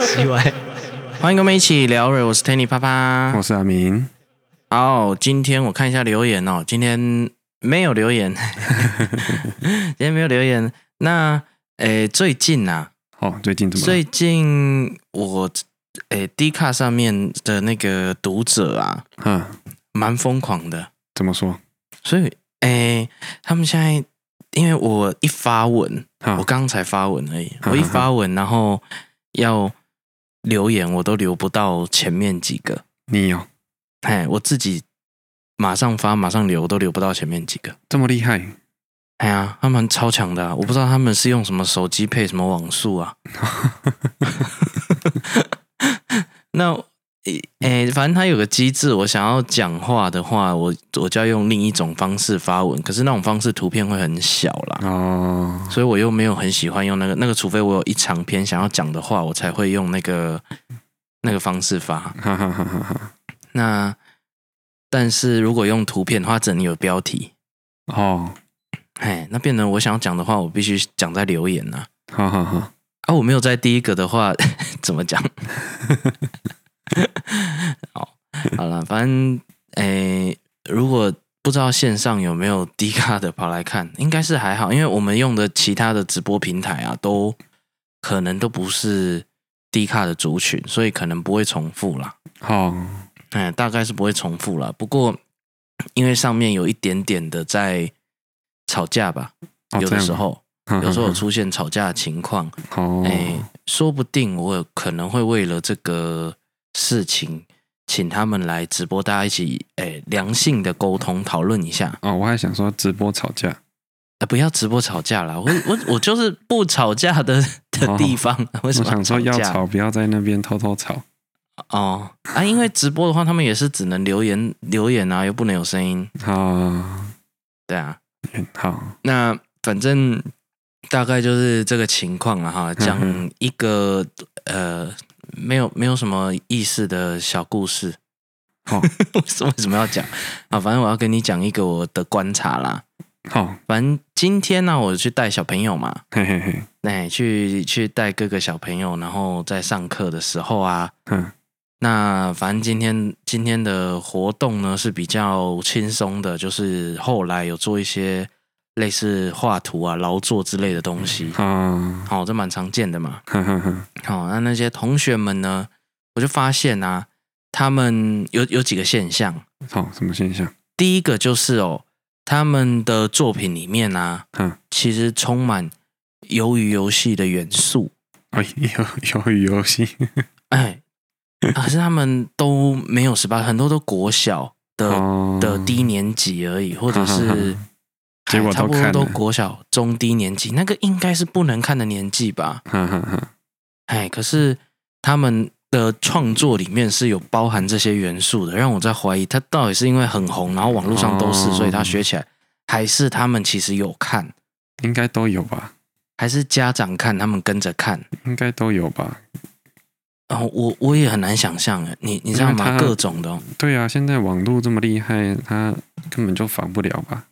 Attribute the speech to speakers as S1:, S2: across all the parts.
S1: 奇怪。欢迎跟我们一起聊瑞，我是 Tanny 啪啪，
S2: 我是阿明。
S1: 好，今天我看一下留言哦，今天没有留言， 今天没有留言。那诶，最近啊，
S2: 哦，最近怎么了？
S1: 最近我诶 D 卡上面的那个读者啊，
S2: 嗯，
S1: 蛮疯狂的，
S2: 怎么说？
S1: 所以诶，他们现在因为我一发文，
S2: 哈
S1: 我刚才发文而已，
S2: 嗯
S1: 我一发文，然后要留言，我都留不到前面几个，
S2: 你哦，
S1: 哎，我自己马上发马上留，都留不到前面几个。
S2: 这么厉害，
S1: 哎呀，他们超强的、啊，我不知道他们是用什么手机配什么网速啊。那诶、诶反正它有个机制，我想要讲话的话，我我就要用另一种方式发文，可是那种方式图片会很小啦，
S2: 哦，
S1: 所以我又没有很喜欢用那个那个，除非我有一长篇想要讲的话，我才会用那个那个方式发。
S2: 哈哈哈哈哈，
S1: 那但是如果用图片的话，只能有标题，
S2: 哦，
S1: 哎，那变成我想要讲的话，我必须讲在留言啊。
S2: 哈哈哦哈，
S1: 啊，我没有在第一个的话， 怎么讲？好，好了，反正诶、如果不知道线上有没有低卡的跑来看，应该是还好，因为我们用的其他的直播平台啊，都可能都不是低卡的族群，所以可能不会重复啦。
S2: 好，
S1: 哎，大概是不会重复啦。不过因为上面有一点点的在吵架吧，
S2: 哦
S1: 有
S2: 这
S1: 的
S2: 样
S1: 时候，
S2: 哈哈哈
S1: 有时候有出现吵架的情况。
S2: 哦，
S1: 哎，说不定我有可能会为了这个事情，请他们来直播，大家一起哎良性的沟通讨论一下，
S2: 哦，我还想说直播吵架，
S1: 哎，不要直播吵架啦，我我我就是不吵架的的地方，啊为
S2: 哦我
S1: 什么
S2: 想说要
S1: 架
S2: 吵，不要在那边偷偷吵。
S1: 哦啊？因为直播的话，他们也是只能留言留言啊，又不能有声音，
S2: 好，
S1: 对啊，
S2: 嗯好，
S1: 那反正大概就是这个情况了哈，讲
S2: 嗯
S1: 一个呃没有没有什么意思的小故事。
S2: 好，
S1: 为什 么为什么要讲啊？反正我要跟你讲一个我的观察啦。
S2: 好，
S1: 反正今天呢、我去带小朋友嘛，
S2: 嘿嘿嘿，
S1: 哎，去去带各个小朋友，然后在上课的时候啊，
S2: 嗯，
S1: 那反正今天今天的活动呢是比较轻松的，就是后来有做一些类似画图啊、劳作之类的东 西，
S2: 啊，
S1: 好、这蛮常见的嘛。
S2: 哈哈哈，
S1: 好、那那些同学们呢，我就发现啊，他们有有几个现象，
S2: 好，什么现象？
S1: 第一个就是哦，他们的作品里面啊，
S2: 嗯，
S1: 其实充满鱿鱼游戏的元素，
S2: 哎，有有游戏，
S1: 哎，可是他们都没有十八，很多都国小的、
S2: 哦
S1: 的低年级而已，或者是哎
S2: 结果都
S1: 差不多
S2: 看
S1: 都
S2: 了
S1: 国小中低年级，那个应该是不能看的年纪吧？
S2: 哈哈哈，
S1: 哎，可是他们。的创作里面是有包含这些元素的，让我在怀疑他到底是因为很红，然后网络上都是，
S2: 哦
S1: 所以他学起来，还是他们其实有看，
S2: 应该都有吧？
S1: 还是家长看，他们跟着看。
S2: 应该都有吧？
S1: 然、后我我也很难想象，哎你你知道
S2: 因
S1: 吗？
S2: 为他
S1: 各种的哦，
S2: 对啊，现在网络这么厉害，他根本就防不了吧？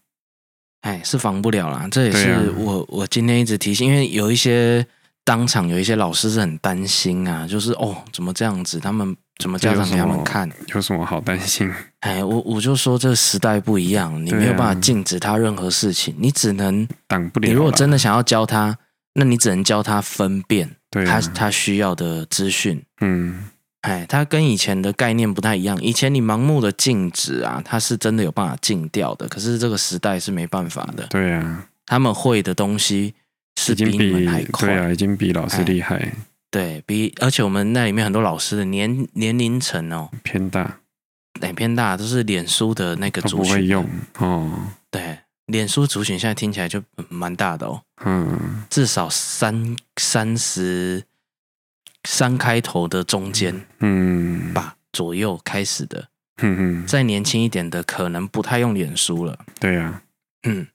S1: 哎，是防不了啦。这也
S2: 对啊
S1: 是我、我今天一直提醒，因为有一些当场有一些老师是很担心啊，就是哦，怎么这样子？他们怎么家长给他们看？
S2: 有什么好担心？
S1: 哎，我我就说这时代不一样，你
S2: 对啊
S1: 没有办法禁止他任何事情，你只能
S2: 挡不了啦。
S1: 你如果真的想要教他，那你只能教他分辨
S2: 对啊
S1: 他他需要的资讯。
S2: 嗯，
S1: 哎，它跟以前的概念不太一样。以前你盲目的禁止啊，它是真的有办法禁掉的。可是这个时代是没办法的，
S2: 对啊，
S1: 他们会的东西是
S2: 已
S1: 比
S2: 经
S1: 你们
S2: 比
S1: 还快，
S2: 对啊，已经比老
S1: 哎
S2: 师厉害
S1: 对比。而且我们那里面很多老师的年年龄层哦，
S2: 偏大，
S1: 哪偏大都是脸书的那个
S2: 都
S1: 族
S2: 不会
S1: 群，
S2: 用哦。
S1: 对。脸书族群现在听起来就嗯蛮大的哦，
S2: 嗯，
S1: 至少三三十三开头的中间
S2: 嗯，
S1: 吧左右开始的，
S2: 哼哼，
S1: 再年轻一点的可能不太用脸书了。
S2: 对啊，
S1: 嗯，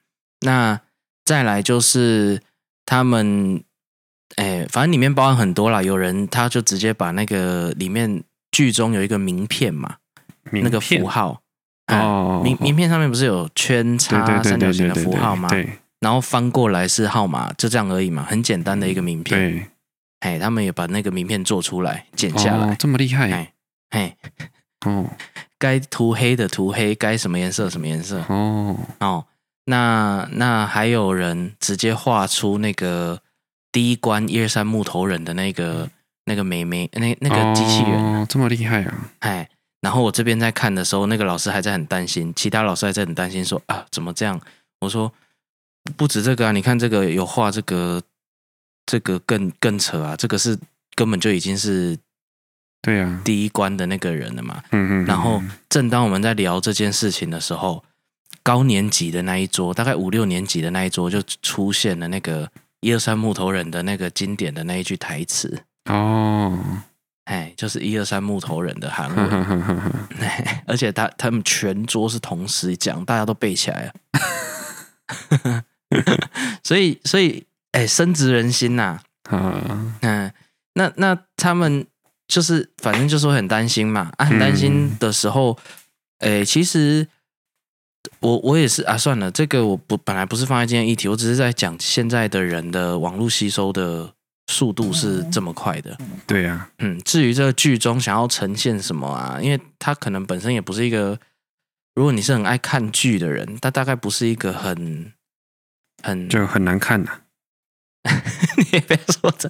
S1: 那再来就是他们，哎，反正里面包含很多啦。有人他就直接把那个里面剧中有一个名片嘛，
S2: 名
S1: 那个
S2: 片
S1: 符号，啊
S2: 哦，
S1: 名名
S2: 片
S1: 片上面不是有圈
S2: 对
S1: 叉
S2: 对
S1: 三角
S2: 对对
S1: 形
S2: 对
S1: 的
S2: 对
S1: 符号吗？
S2: 对
S1: 然后翻过来是号码，就这样而已嘛，很简单的一个名片。
S2: 对，
S1: 哎，他们也把那个名片做出来，剪下
S2: 哦
S1: 来，，
S2: 这么厉害
S1: 哎嘿，
S2: 哦
S1: 该涂黑的涂黑，该什么颜色什么颜色
S2: 哦，
S1: 哦。那那还有人直接画出那个第一关一二三木头人的那个那个美眉那那个机器人，
S2: 哦，这么厉害啊！
S1: 哎，然后我这边在看的时候，那个老师还在很担心，其他老师还在很担心说啊，怎么这样？我说不止这个啊，你看这个有画这个，这个更更扯啊，这个是根本就已经是
S2: 对呀、啊，
S1: 第一关的那个人了嘛。
S2: 嗯嗯，
S1: 然后
S2: 嗯
S1: 正当我们在聊这件事情的时候，高年级的那一桌，大概五六年级的那一桌就出现了那个一二三木头人的那个经典的那一句台词，
S2: 哦，
S1: 哎，就是一二三木头人的韩
S2: 哈
S1: 文。
S2: 哈哈哈哈，
S1: 而且他他们全桌是同时讲，大家都背起来了， 所以所以哎、深植人心呐、
S2: 啊，
S1: 嗯，那那他们就是反正就是会很担心嘛，啊，很担心的时候，哎、其实我我也是啊，算了，这个我不本来不是放在今天议题，我只是在讲现在的人的网络吸收的速度是这么快的，
S2: 对呀、
S1: 嗯，至于这个剧中想要呈现什么啊，因为它可能本身也不是一个，如果你是很爱看剧的人，它大概不是一个很很，
S2: 就很难看呐、
S1: 你也不要说这，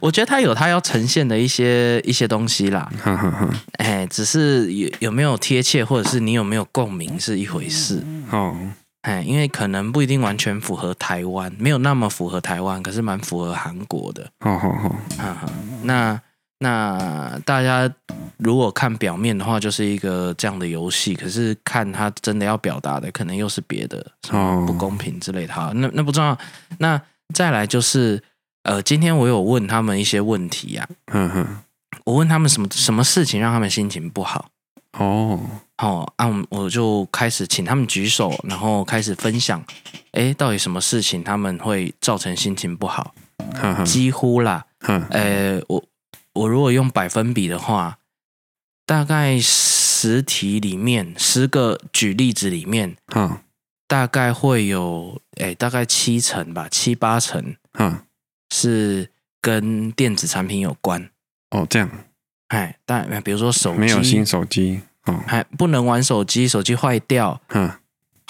S1: 我觉得它有它要呈现的一些一些东西啦，
S2: 哈哈哈。
S1: 哎，只是有有没有贴切，或者是你有没有共鸣是一回事，
S2: 哦，
S1: 哎，因为可能不一定完全符合台湾，没有那么符合台湾，可是蛮符合韩国的。
S2: 好好好，
S1: 哈哈，那那大家如果看表面的话，就是一个这样的游戏。可是看他真的要表达的，可能又是别的，什么
S2: 嗯
S1: 不公平之类的。好，那那不重要。那再来就是，呃，今天我有问他们一些问题呀、
S2: 嗯哼，
S1: 我问他们什么什么事情让他们心情不好。
S2: 哦，
S1: 哦，啊，我们我就开始请他们举手，然后开始分享，诶，到底什么事情他们会造成心情不好？
S2: 哈哈，
S1: 几乎啦，
S2: 哈，
S1: 呃，我我如果用百分比的话，大概十题里面十个举例子里面，
S2: 哈，
S1: 大概会有哎，大概七成吧，七八成
S2: 哈，
S1: 是跟电子产品有关。
S2: 哦，这样
S1: 哎，但比如说手机，
S2: 没有新手机，哦，
S1: 哎，不能玩手机，手机坏掉，
S2: 哈，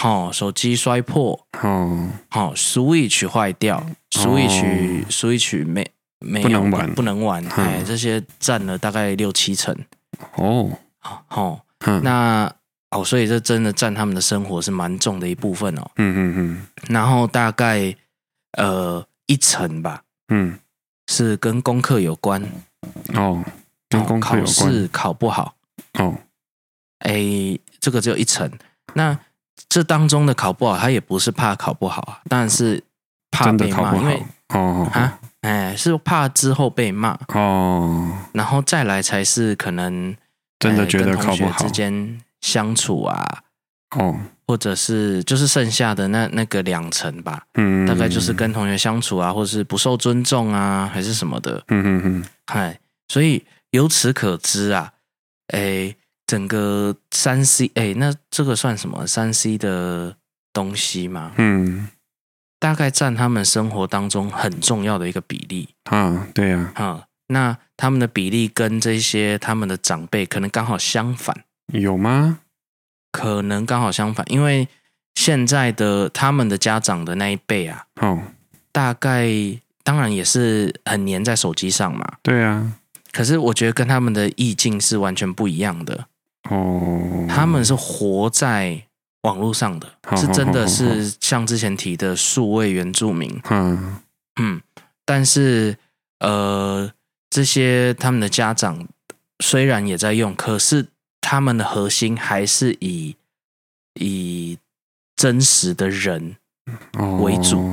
S1: 哦，手机摔破，
S2: 哦，
S1: 哦，Switch 坏掉，Switch、Switch 没没有
S2: 不能玩
S1: 不能玩，哎，
S2: 嗯
S1: 这些占了大概六七成，
S2: 哦，
S1: 哦。
S2: 哈，
S1: 那哦，所以这真的占他们的生活是蛮重的一部分哦。
S2: 嗯嗯嗯
S1: 然后大概呃一成吧，
S2: 嗯，
S1: 是跟功课有关，
S2: 哦，跟功课有
S1: 考
S2: 关，
S1: 试考不好，
S2: 哦，
S1: 哎，这个只有一成。那这当中的考不好，他也不是怕考不好啊，但是怕
S2: 真的
S1: 被
S2: 考
S1: 骂，
S2: 不
S1: 因
S2: 好
S1: 为，
S2: 哦，
S1: 啊，哎，是怕之后被骂，
S2: 哦，
S1: 然后再来才是可能
S2: 真的
S1: 呃
S2: 觉得
S1: 跟同
S2: 考不
S1: 学
S2: 好
S1: 之，间相处啊，
S2: 哦，
S1: 或者是就是剩下的那那个两成吧，
S2: 嗯，
S1: 大概就是，跟同学相处啊，或是不受尊重啊，还是什么的，
S2: 嗯嗯嗯，
S1: 嗨，哎所以由此可知啊，哎，整个三 C，哎，那这个算什么？三 C 的东西嘛，
S2: 嗯，
S1: 大概占他们生活当中很重要的一个比例
S2: 啊，对呀，
S1: 哈。那他们的比例跟这些他们的长辈可能刚好相反，
S2: 有吗？
S1: 可能刚好相反，因为现在的他们的家长的那一辈啊，
S2: 哦，
S1: 大概当然也是很黏在手机上嘛，
S2: 对呀，
S1: 可是我觉得跟他们的意境是完全不一样的。
S2: 哦，
S1: 他们是活在网络上的，
S2: 好
S1: 是真的
S2: 好好
S1: 是像之前提的数位原住民，
S2: 嗯，
S1: 嗯，但是呃，这些他们的家长虽然也在用，可是他们的核心还是以以真实的人
S2: 哦，
S1: 为主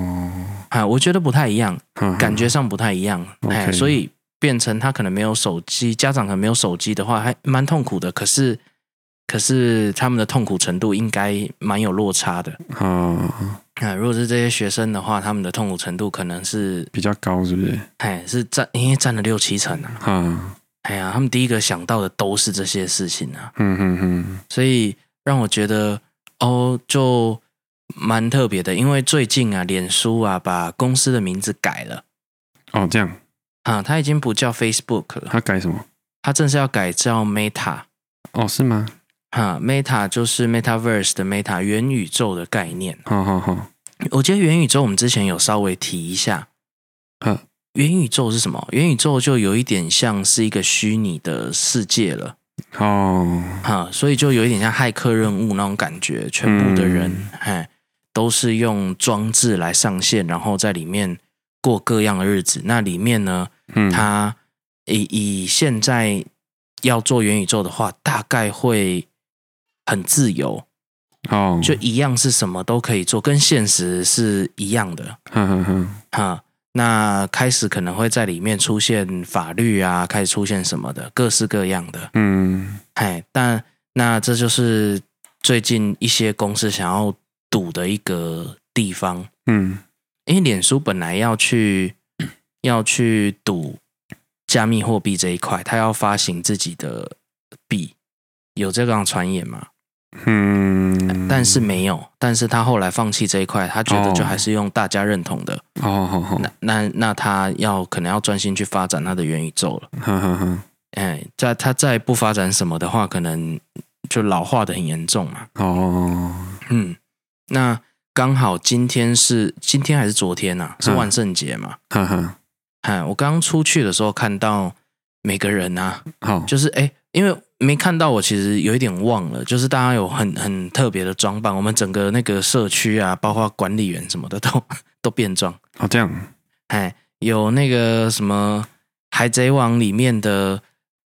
S1: 啊，我觉得不太一样。
S2: 嗯，
S1: 感觉上不太一样，
S2: OK
S1: 哎，所以变成他可能没有手机，家长可能没有手机的话，还蛮痛苦的。可是，可是他们的痛苦程度应该蛮有落差的。
S2: 啊，
S1: 啊，如果是这些学生的话，他们的痛苦程度可能是，
S2: 比较高是不是？
S1: 哎，是占，因为占了六七成啊。
S2: 啊，
S1: 哎呀，他们第一个想到的都是这些事情啊，
S2: 嗯嗯嗯，
S1: 所以让我觉得哦，就蛮特别的。因为最近啊，脸书啊，把公司的名字改了。
S2: 哦，这样，
S1: 啊，它已经不叫 Facebook 了，
S2: 他改什么？
S1: 它正式要改叫 Meta。
S2: 哦，是吗？
S1: 哈，Meta 就是 Metaverse 的 Meta 元宇宙的概念。
S2: 好好好，
S1: 我觉得元宇宙我们之前有稍微提一下。
S2: 嗯，
S1: 元宇宙是什么？元宇宙就有一点像是一个虚拟的世界了，
S2: 哦，
S1: 哈，所以就有一点像骇客任务那种感觉，全部的人
S2: 嗯
S1: 哎、都是用装置来上线，然后在里面过各样的日子。那里面呢，
S2: 嗯，
S1: 它以以现在要做元宇宙的话，大概会很自由，
S2: 哦，
S1: 就一样是什么都可以做，跟现实是一样的
S2: 哼哼哼，
S1: 哈。那开始可能会在里面出现法律啊，开始出现什么的，各式各样的。
S2: 嗯，
S1: 哎，但那这就是最近一些公司想要赌的一个地方，
S2: 嗯，
S1: 因为脸书本来要去要去赌加密货币这一块，它要发行自己的币，有这样传言吗？
S2: 嗯，
S1: 但是没有，但是他后来放弃这一块，他觉得就还是用大家认同的。
S2: 哦，好好，
S1: 那那那他要可能要专心去发展他的元宇宙了。
S2: 哼哼哼，
S1: 哎，在他再不发展什么的话，可能就老化的很严重嘛。
S2: 哦，
S1: 嗯，那刚好今天是今天还是昨天啊？是
S2: 嗯
S1: 万圣节嘛？
S2: 哈哈，
S1: 哎、我刚出去的时候看到每个人啊，
S2: 好，
S1: 就是哎，因为。没看到我，其实有一点忘了，就是大家有很很特别的装扮，我们整个那个社区啊，包括管理员什么的都 都变装，
S2: 好哦这样，
S1: 哎，有那个什么《海贼王》里面的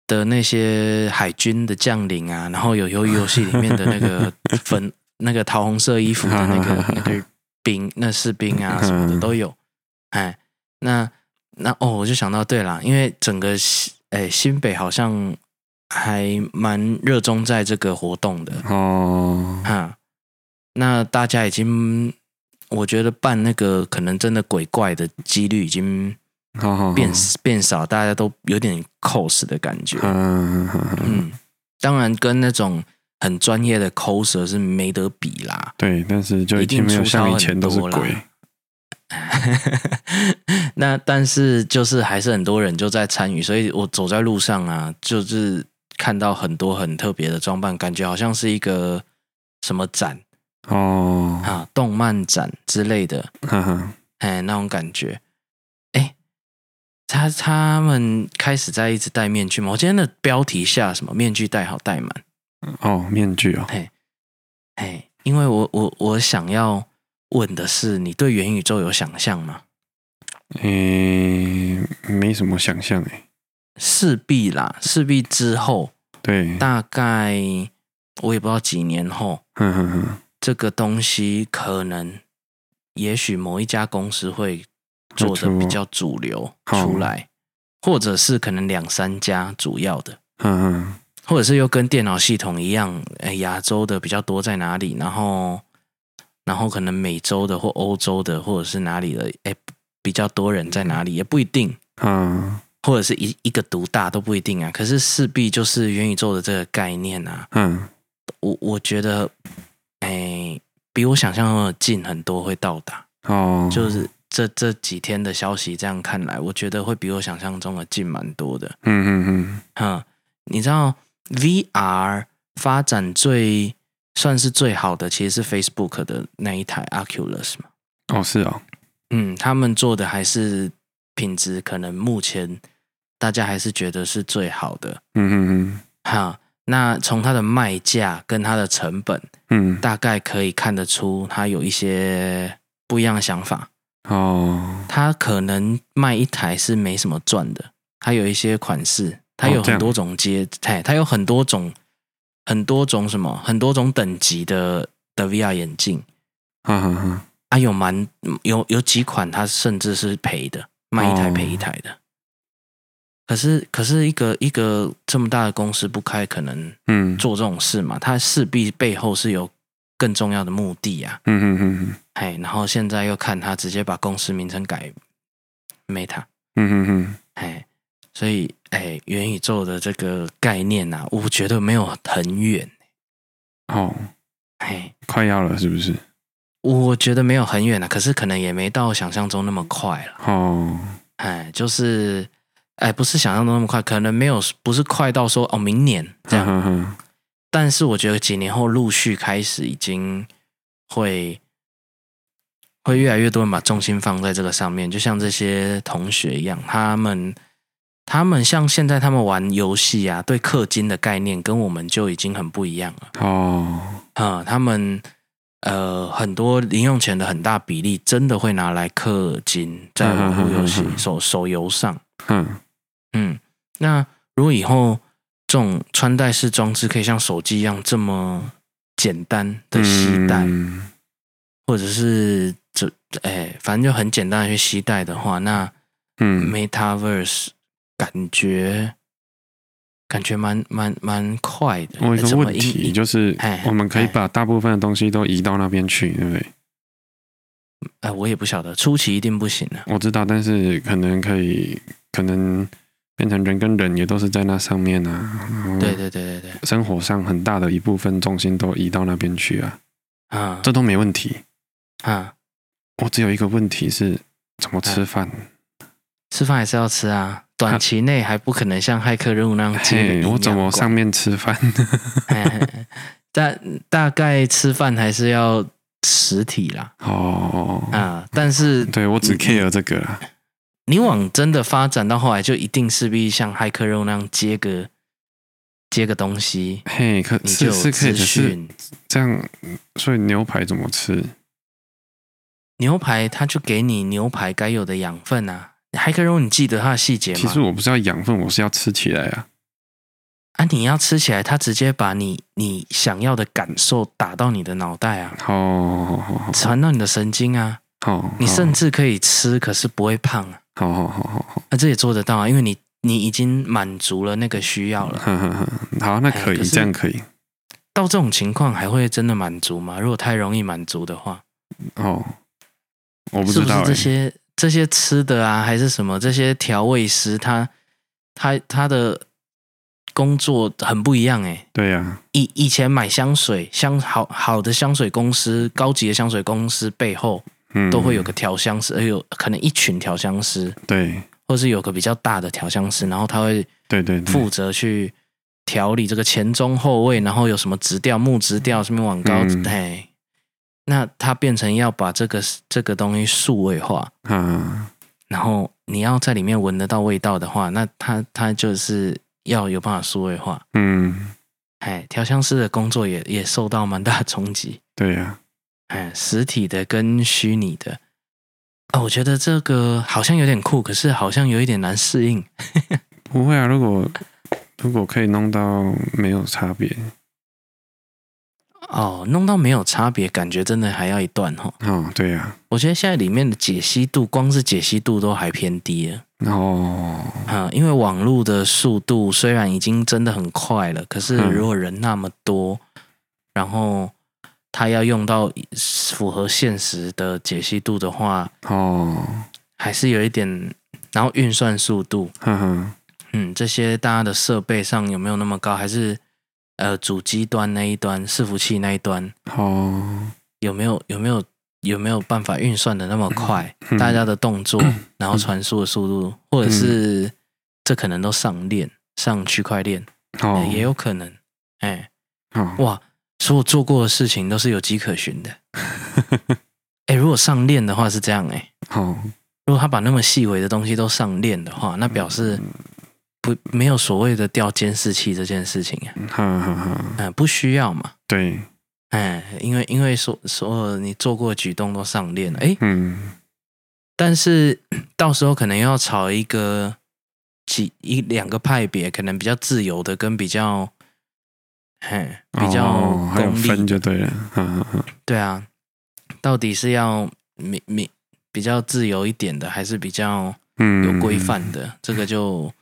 S1: 的那些海军的将领啊，然后有鱿鱼游戏里面的那个粉那个桃红色衣服的那个那个兵那士兵啊什么的都有，哎，那那哦，我就想到对啦，因为整个西哎新北好像还蛮热衷在这个活动的，
S2: 哦，
S1: 哈，那大家已经，我觉得办那个可能真的鬼怪的几率已经
S2: 好好，
S1: 变变少，大家都有点 cos 的感觉。
S2: 嗯，
S1: 嗯，当然跟那种很专业的 coser 是没得比啦。
S2: 对，但是就已经没有像以前都是鬼，
S1: 那但是就是还是很多人就在参与，所以我走在路上啊，就是看到很多很特别的装扮，感觉好像是一个什么展
S2: 哦，
S1: 啊，动漫展之类的。
S2: 哈哈，
S1: 哎，那种感觉。哎，他他们开始在一直戴面具嘛。我今天的标题下什么？面具戴好戴满。
S2: 哦，面具哦，
S1: 哎，因为我我我想要问的是，你对元宇宙有想象吗？
S2: 诶，没什么想象诶，
S1: 势必啦，势必之后
S2: 对，
S1: 大概我也不知道几年后，
S2: 哼哼哼，
S1: 这个东西可能也许某一家公司会做的比较主流
S2: 好
S1: 出来，或者是可能两三家主要的。
S2: 哼哼，
S1: 或者是又跟电脑系统一样，哎，亚洲的比较多在哪里？然后，然后可能美洲的或欧洲的，或者是哪里的，哎，比较多人在哪里也不一定，
S2: 啊，
S1: 或者是一一个独大都不一定啊。可是势必就是元宇宙的这个概念啊，
S2: 嗯，
S1: 我我觉得，哎，比我想象中的近很多会到达。
S2: 哦，
S1: 就是这这几天的消息，这样看来，我觉得会比我想象中的近蛮多的。
S2: 嗯嗯嗯，
S1: 嗯，你知道 VR 发展最算是最好的，其实是 Facebook 的那一台 Oculus 嘛。
S2: 哦，是哦，
S1: 嗯，他们做的还是品质，可能目前大家还是觉得是最好的。
S2: 嗯嗯
S1: 哈，那从它的卖价跟它的成本，
S2: 嗯，
S1: 大概可以看得出它有一些不一样的想法。
S2: 嗯，哦，
S1: 它可能卖一台是没什么赚的，它有一些款式，它
S2: 哦
S1: 有
S2: 这
S1: 很
S2: 样
S1: 多种阶，哎、它有很多种很多种什么，很多种等级的的 VR 眼镜，
S2: 哈哈哈，
S1: 啊，有蛮有有几款它甚至是赔的，卖一台
S2: 哦
S1: 赔一台的。可是可是一个一个这么大的公司不开，可能
S2: 嗯，
S1: 做这种事嘛，它势必背后是有更重要的目的啊。
S2: 嗯嗯嗯
S1: 哎，然后现在又看他直接把公司名称改 Meta。
S2: 嗯嗯嗯，
S1: 哎，所以哎，元宇宙的这个概念呐、我觉得没有很远。
S2: 哦，
S1: 哎，
S2: 快要了是不是？
S1: 我觉得没有很远啊，可是可能也没到想象中那么快了。
S2: 哦，
S1: 哎，就是哎，不是想象中那么快，可能没有不是快到说哦明年这样，
S2: 哼哼
S1: 但是我觉得几年后陆续开始已经会会越来越多人把重心放在这个上面，就像这些同学一样，他们他们像现在他们玩游戏啊，对氪金的概念跟我们就已经很不一样了
S2: 哼哦，
S1: 啊、他们呃很多零用钱的很大比例真的会拿来氪金，在网络游戏
S2: 嗯嗯嗯嗯
S1: 手手游上。
S2: 嗯
S1: 嗯，那如果以后这种穿戴式装置可以像手机一样这么简单的携带，
S2: 嗯
S1: 或者是这哎，反正就很简单的去携带的话，那
S2: 嗯
S1: Metaverse 感觉感觉蛮蛮蛮快的。哎
S2: 我有一
S1: 怎
S2: 个
S1: 么
S2: 问
S1: 应
S2: 题
S1: 应
S2: 就是
S1: 哎，
S2: 我们可以
S1: 哎
S2: 把大部分的东西都移到那边去，对不对？
S1: 哎，我也不晓得，初期一定不行啊。
S2: 我知道，但是可能可以，可能变成人跟人也都是在那上面啊。然后
S1: 对对对对对，
S2: 生活上很大的一部分重心都移到那边去啊，
S1: 啊
S2: 这都没问题。
S1: 啊，
S2: 我只有一个问题是，怎么吃饭？
S1: 吃饭还是要吃啊，短期内还不可能像骇客任务那样接哎你一
S2: 嘿，
S1: 样
S2: 我怎么
S1: 广
S2: 上面吃饭？
S1: 哎大大概吃饭还是要实体啦，
S2: 哦，
S1: 啊，但是
S2: 对我只 care 这个
S1: 嗯
S2: 啦。
S1: 你往真的发展到后来，就一定势必像骇客肉那样接个接个东西，
S2: 嘿，可
S1: 你就是有
S2: 是可
S1: 资
S2: 以，只是
S1: 讯。啊
S2: 这样，所以牛排怎么吃？
S1: 牛排它就给你牛排该有的养分啊，骇客肉你记得它的细节
S2: 其
S1: 吗
S2: 实？我不是要养分，我是要吃起来啊。
S1: 啊，你要吃起来，它直接把你你想要的感受打到你的脑袋啊，
S2: 好好好好
S1: 传到你的神经啊，
S2: 好，好
S1: 你甚至可以吃，可是不会胖啊。
S2: 好好好好好，
S1: 那、这也做得到啊，因为你你已经满足了那个需要了。
S2: 哼哼哼，好，那
S1: 哎
S2: 可以，
S1: 可是
S2: 这样可以。
S1: 到这种情况还会真的满足吗？如果太容易满足的话，
S2: 哦，我不
S1: 是
S2: 知
S1: 不是
S2: 道
S1: 这
S2: 欸，
S1: 些这些吃的啊，还是什么这些调味师他他他的工作很不一样哎、
S2: 对啊呀，
S1: 以以前买香水，香好好的香水公司，高级的香水公司背后
S2: 嗯，
S1: 都会有个调香师，而呃有可能一群调香师，
S2: 对
S1: 或是有个比较大的调香师，然后他会
S2: 对对对
S1: 负责去调理这个前中后卫，然后有什么直调、木直调、什么网高，
S2: 嗯
S1: 嘿，那他变成要把这个这个东西数位化，
S2: 啊，
S1: 然后你要在里面闻得到味道的话，那他他就是要有办法数位化。
S2: 嗯，
S1: 哎，调香师的工作也也受到蛮大的冲击，
S2: 对呀，
S1: 哎，实体的跟虚拟的。啊，我觉得这个好像有点酷，可是好像有一点难适应。
S2: 不会啊，如果如果可以弄到没有差别，
S1: 哦，弄到没有差别，感觉真的还要一段哦。
S2: 哦，对呀，
S1: 我觉得现在里面的解析度，光是解析度都还偏低了
S2: 哦，
S1: 啊、因为网络的速度虽然已经真的很快了，可是
S2: 嗯
S1: 如果人那么多，然后他要用到符合现实的解析度的话，
S2: 哦，
S1: 还是有一点。然后运算速度，
S2: 哈哈，
S1: 嗯，这些大家的设备上有没有那么高？还是呃，主机端那一端、伺服器那一端
S2: 哦，
S1: 有没有有没有有没有办法运算的那么快？
S2: 嗯
S1: 大家的动作，然后传输的速度，或者是这可能都上链上区块链，
S2: 哦
S1: 哎，也有可能。哎，
S2: 好，
S1: 哇，所有做过的事情都是有迹可循 的。哎，如果上链的话是这样，哎，
S2: 好，
S1: 如果他把那么细微的东西都上链的话，那表示
S2: 嗯
S1: 不没有所谓的调监视器这件事情啊，
S2: 哈哈哈，
S1: 嗯、不需要嘛。
S2: 对，
S1: 哎，因为因为所所有你做过的举动都上链了，哎，
S2: 嗯，
S1: 但是到时候可能要炒一个几一两个派别，可能比较自由的跟比较，嘿，比较
S2: 哦还有
S1: 功利
S2: 分
S1: 的，
S2: 就对了，哈哈哈，
S1: 对啊，到底是要明明比较自由一点的，还是比较
S2: 嗯，
S1: 有规范的？这个就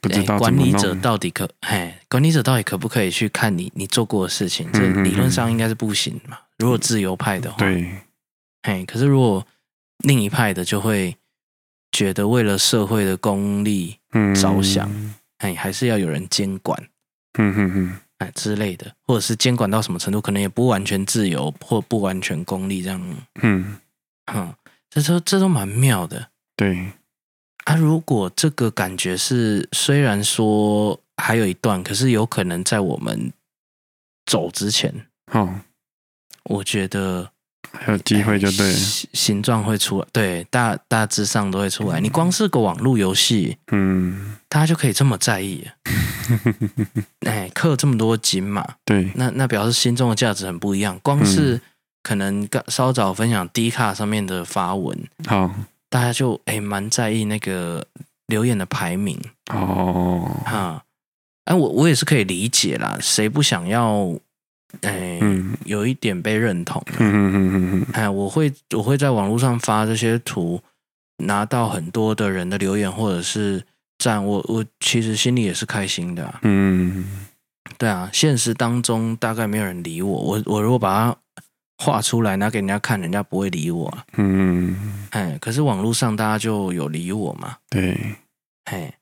S2: 不知
S1: 哎
S2: 道怎
S1: 管
S2: 么
S1: 理
S2: 弄
S1: 者到底可嘿，管理者到底可不可以去看你你做过的事情？这
S2: 嗯嗯嗯
S1: 理论上应该是不行嘛。如果自由派的话，
S2: 对，
S1: 嘿，可是如果另一派的就会觉得为了社会的功利，
S2: 嗯，
S1: 着想哎，还是要有人监管，
S2: 嗯哼哼，
S1: 哎之类的，或者是监管到什么程度，可能也不完全自由或不完全功利这样，
S2: 嗯，
S1: 哼，这都这都蛮妙的
S2: 对，
S1: 啊，如果这个感觉是虽然说还有一段，可是有可能在我们走之前，
S2: 哦，
S1: 我觉得哎
S2: 还有机会就对了，
S1: 形形状会出来，对，大大致上都会出来。你光是个网络游戏，
S2: 嗯，
S1: 大家就可以这么在意了，哎，氪这么多金嘛，
S2: 对，
S1: 那那表示心中的价值很不一样。光是可能刚稍早分享 D 卡上面的发文，
S2: 好，
S1: 大家就哎蛮在意那个留言的排名
S2: 哦，
S1: 哈。哎、我我也是可以理解啦，谁不想要哎、
S2: 嗯
S1: 有一点被认同？
S2: 嗯嗯嗯嗯
S1: 哎，我会我会在网络上发这些图，拿到很多的人的留言或者是赞，我我其实心里也是开心的啊、
S2: 嗯
S1: 对啊，现实当中大概没有人理我，我我如果把它画出来拿给人家看，人家不会理我、啊。
S2: 嗯嗯，
S1: 哎，可是网络上大家就有理我嘛，
S2: 对，
S1: 嘿，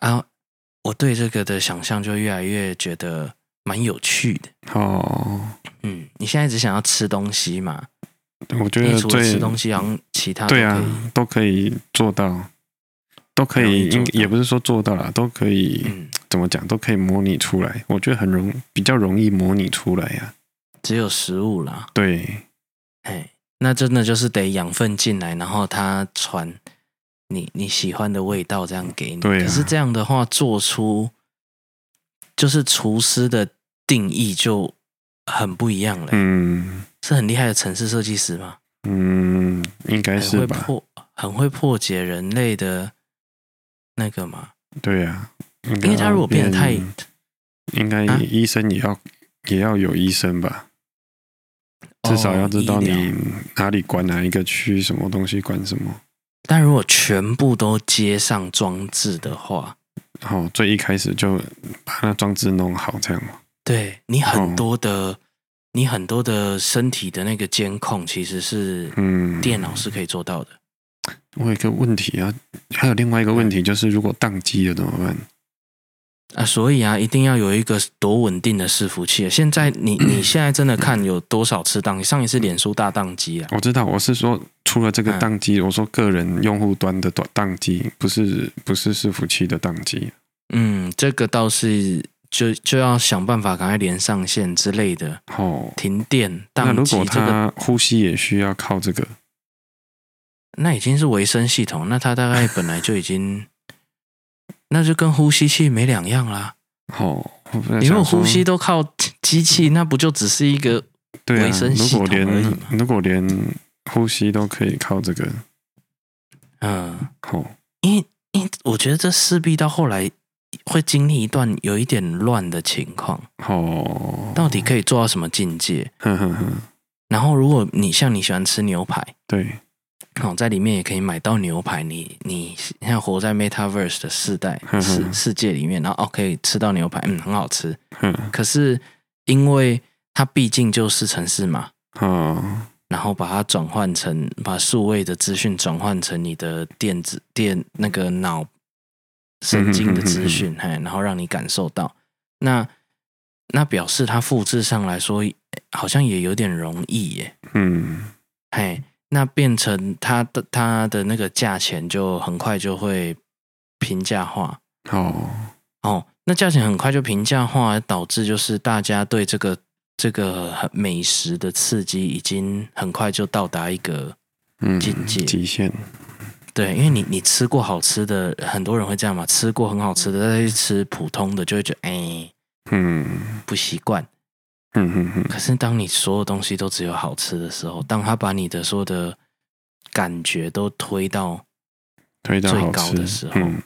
S1: 啊，我对这个的想象就越来越觉得蛮有趣的。
S2: 哦，
S1: 嗯，你现在只想要吃东西嘛？
S2: 我觉
S1: 你
S2: 得
S1: 除了吃
S2: 最
S1: 东西，好像其他都
S2: 呃对
S1: 可以，
S2: 啊都可以做到，都可
S1: 容
S2: 以，
S1: 易做
S2: 应
S1: 到
S2: 也不是说做到了，都可以。
S1: 嗯，
S2: 怎么讲都可以模拟出来，我觉得很容比较容易模拟出来呀、
S1: 只有食物啦。
S2: 对，
S1: 哎，那真的就是得养分进来，然后它传你你喜欢的味道，这样给你。
S2: 对啊
S1: 可是这样的话，做出就是厨师的定义就很不一样了。
S2: 嗯
S1: 是很厉害的城市设计师吗？
S2: 嗯，应该
S1: 很
S2: 是
S1: 会
S2: 吧？
S1: 破，很会破解人类的那个嘛。
S2: 对呀、应该嗯
S1: 因为他如果变得太，
S2: 应该
S1: 啊
S2: 医生也要、也要有医生吧，至少要知道
S1: 哦医疗
S2: 你哪里管哪一个区，什么东西管什么。
S1: 但如果全部都接上装置的话，
S2: 然后最一开始就把那装置弄好，这样
S1: 对你很
S2: 哦
S1: 多的、你很多的身体的那个监控其实是
S2: 嗯，
S1: 电脑是可以做到的。
S2: 我有一个问题啊，还有另外一个问题就是，如果宕机了怎么办？
S1: 啊，所以啊，一定要有一个多稳定的伺服器。啊现在 你你现在真的看有多少次宕机？上一次脸书大宕机啊，
S2: 我知道，我是说除了这个
S1: 嗯
S2: 宕机，我说个人用户端的短宕机，不是不是伺服器的宕机。
S1: 嗯，这个倒是就就要想办法赶快连上线之类的，
S2: 哦，
S1: 停电
S2: 那
S1: 宕
S2: 如
S1: 机
S2: 果
S1: 这个，
S2: 他呼吸也需要靠这个，
S1: 那已经是维生系统，那它大概本来就已经， 那就跟呼吸器没两样啦。
S2: 哦，我在
S1: 你如果
S2: 想说
S1: 呼吸都靠机器，那不就只是一个
S2: 对啊
S1: 维生系统
S2: 如果
S1: 而已
S2: 连
S1: 嘛
S2: 如果连呼吸都可以靠这个，
S1: 嗯？
S2: 哦，
S1: 因为因为我觉得这势必到后来会经历一段有一点乱的情况，
S2: 哦，
S1: 到底可以做到什么境界？
S2: 哼哼哼，
S1: 然后，如果你像你喜欢吃牛排，
S2: 对，
S1: 哦，在里面也可以买到牛排。你你像活在 Metaverse 的世代
S2: 嗯
S1: 世
S2: 嗯
S1: 世界里面，然后哦可以吃到牛排，嗯，很好吃。
S2: 哼，
S1: 可是因为它毕竟就是城市嘛，
S2: 哦，
S1: 然后把它转换成把数位的资讯转换成你的电子电那个脑神经的资讯，嘿，然后让你感受到。那那表示它复制上来说，诶好像也有点容易耶，
S2: 嗯，
S1: 嘿，那变成它的它的那个价钱就很快就会平价化
S2: 哦，
S1: 哦，那价钱很快就平价化，导致就是大家对这个这个美食的刺激已经很快就到达一个。
S2: 嗯，
S1: 境界
S2: 极限，
S1: 对，因为你你吃过好吃的，很多人会这样嘛，吃过很好吃的，再去吃普通的，就会觉得哎、
S2: 嗯
S1: 不习惯。
S2: 嗯哼哼，
S1: 可是当你所有东西都只有好吃的时候，当他把你的所有的感觉都推到
S2: 推到
S1: 最
S2: 好
S1: 高
S2: 吃
S1: 的时候
S2: 嗯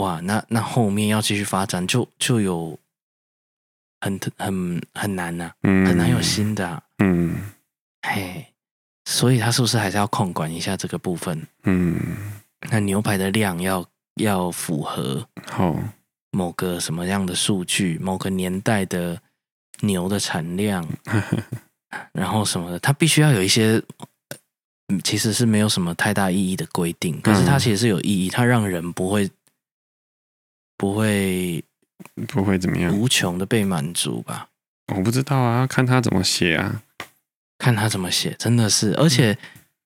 S1: 哇，那那后面要继续发展就就有很很很难呐、
S2: 嗯，
S1: 很难有新的、啊，
S2: 嗯。
S1: 嘿，所以他是不是还是要控管一下这个部分？
S2: 嗯，
S1: 那牛排的量要要符合
S2: 好，
S1: 某个什么样的数据，某个年代的牛的产量，然后什么的，它必须要有一些，嗯其实是没有什么太大意义的规定，可是它
S2: 嗯
S1: 其实是有意义，它让人不会不会
S2: 不会怎么样，
S1: 无穷的被满足吧？
S2: 我不知道啊，看他怎么写啊。
S1: 看他怎么写，真的是，而且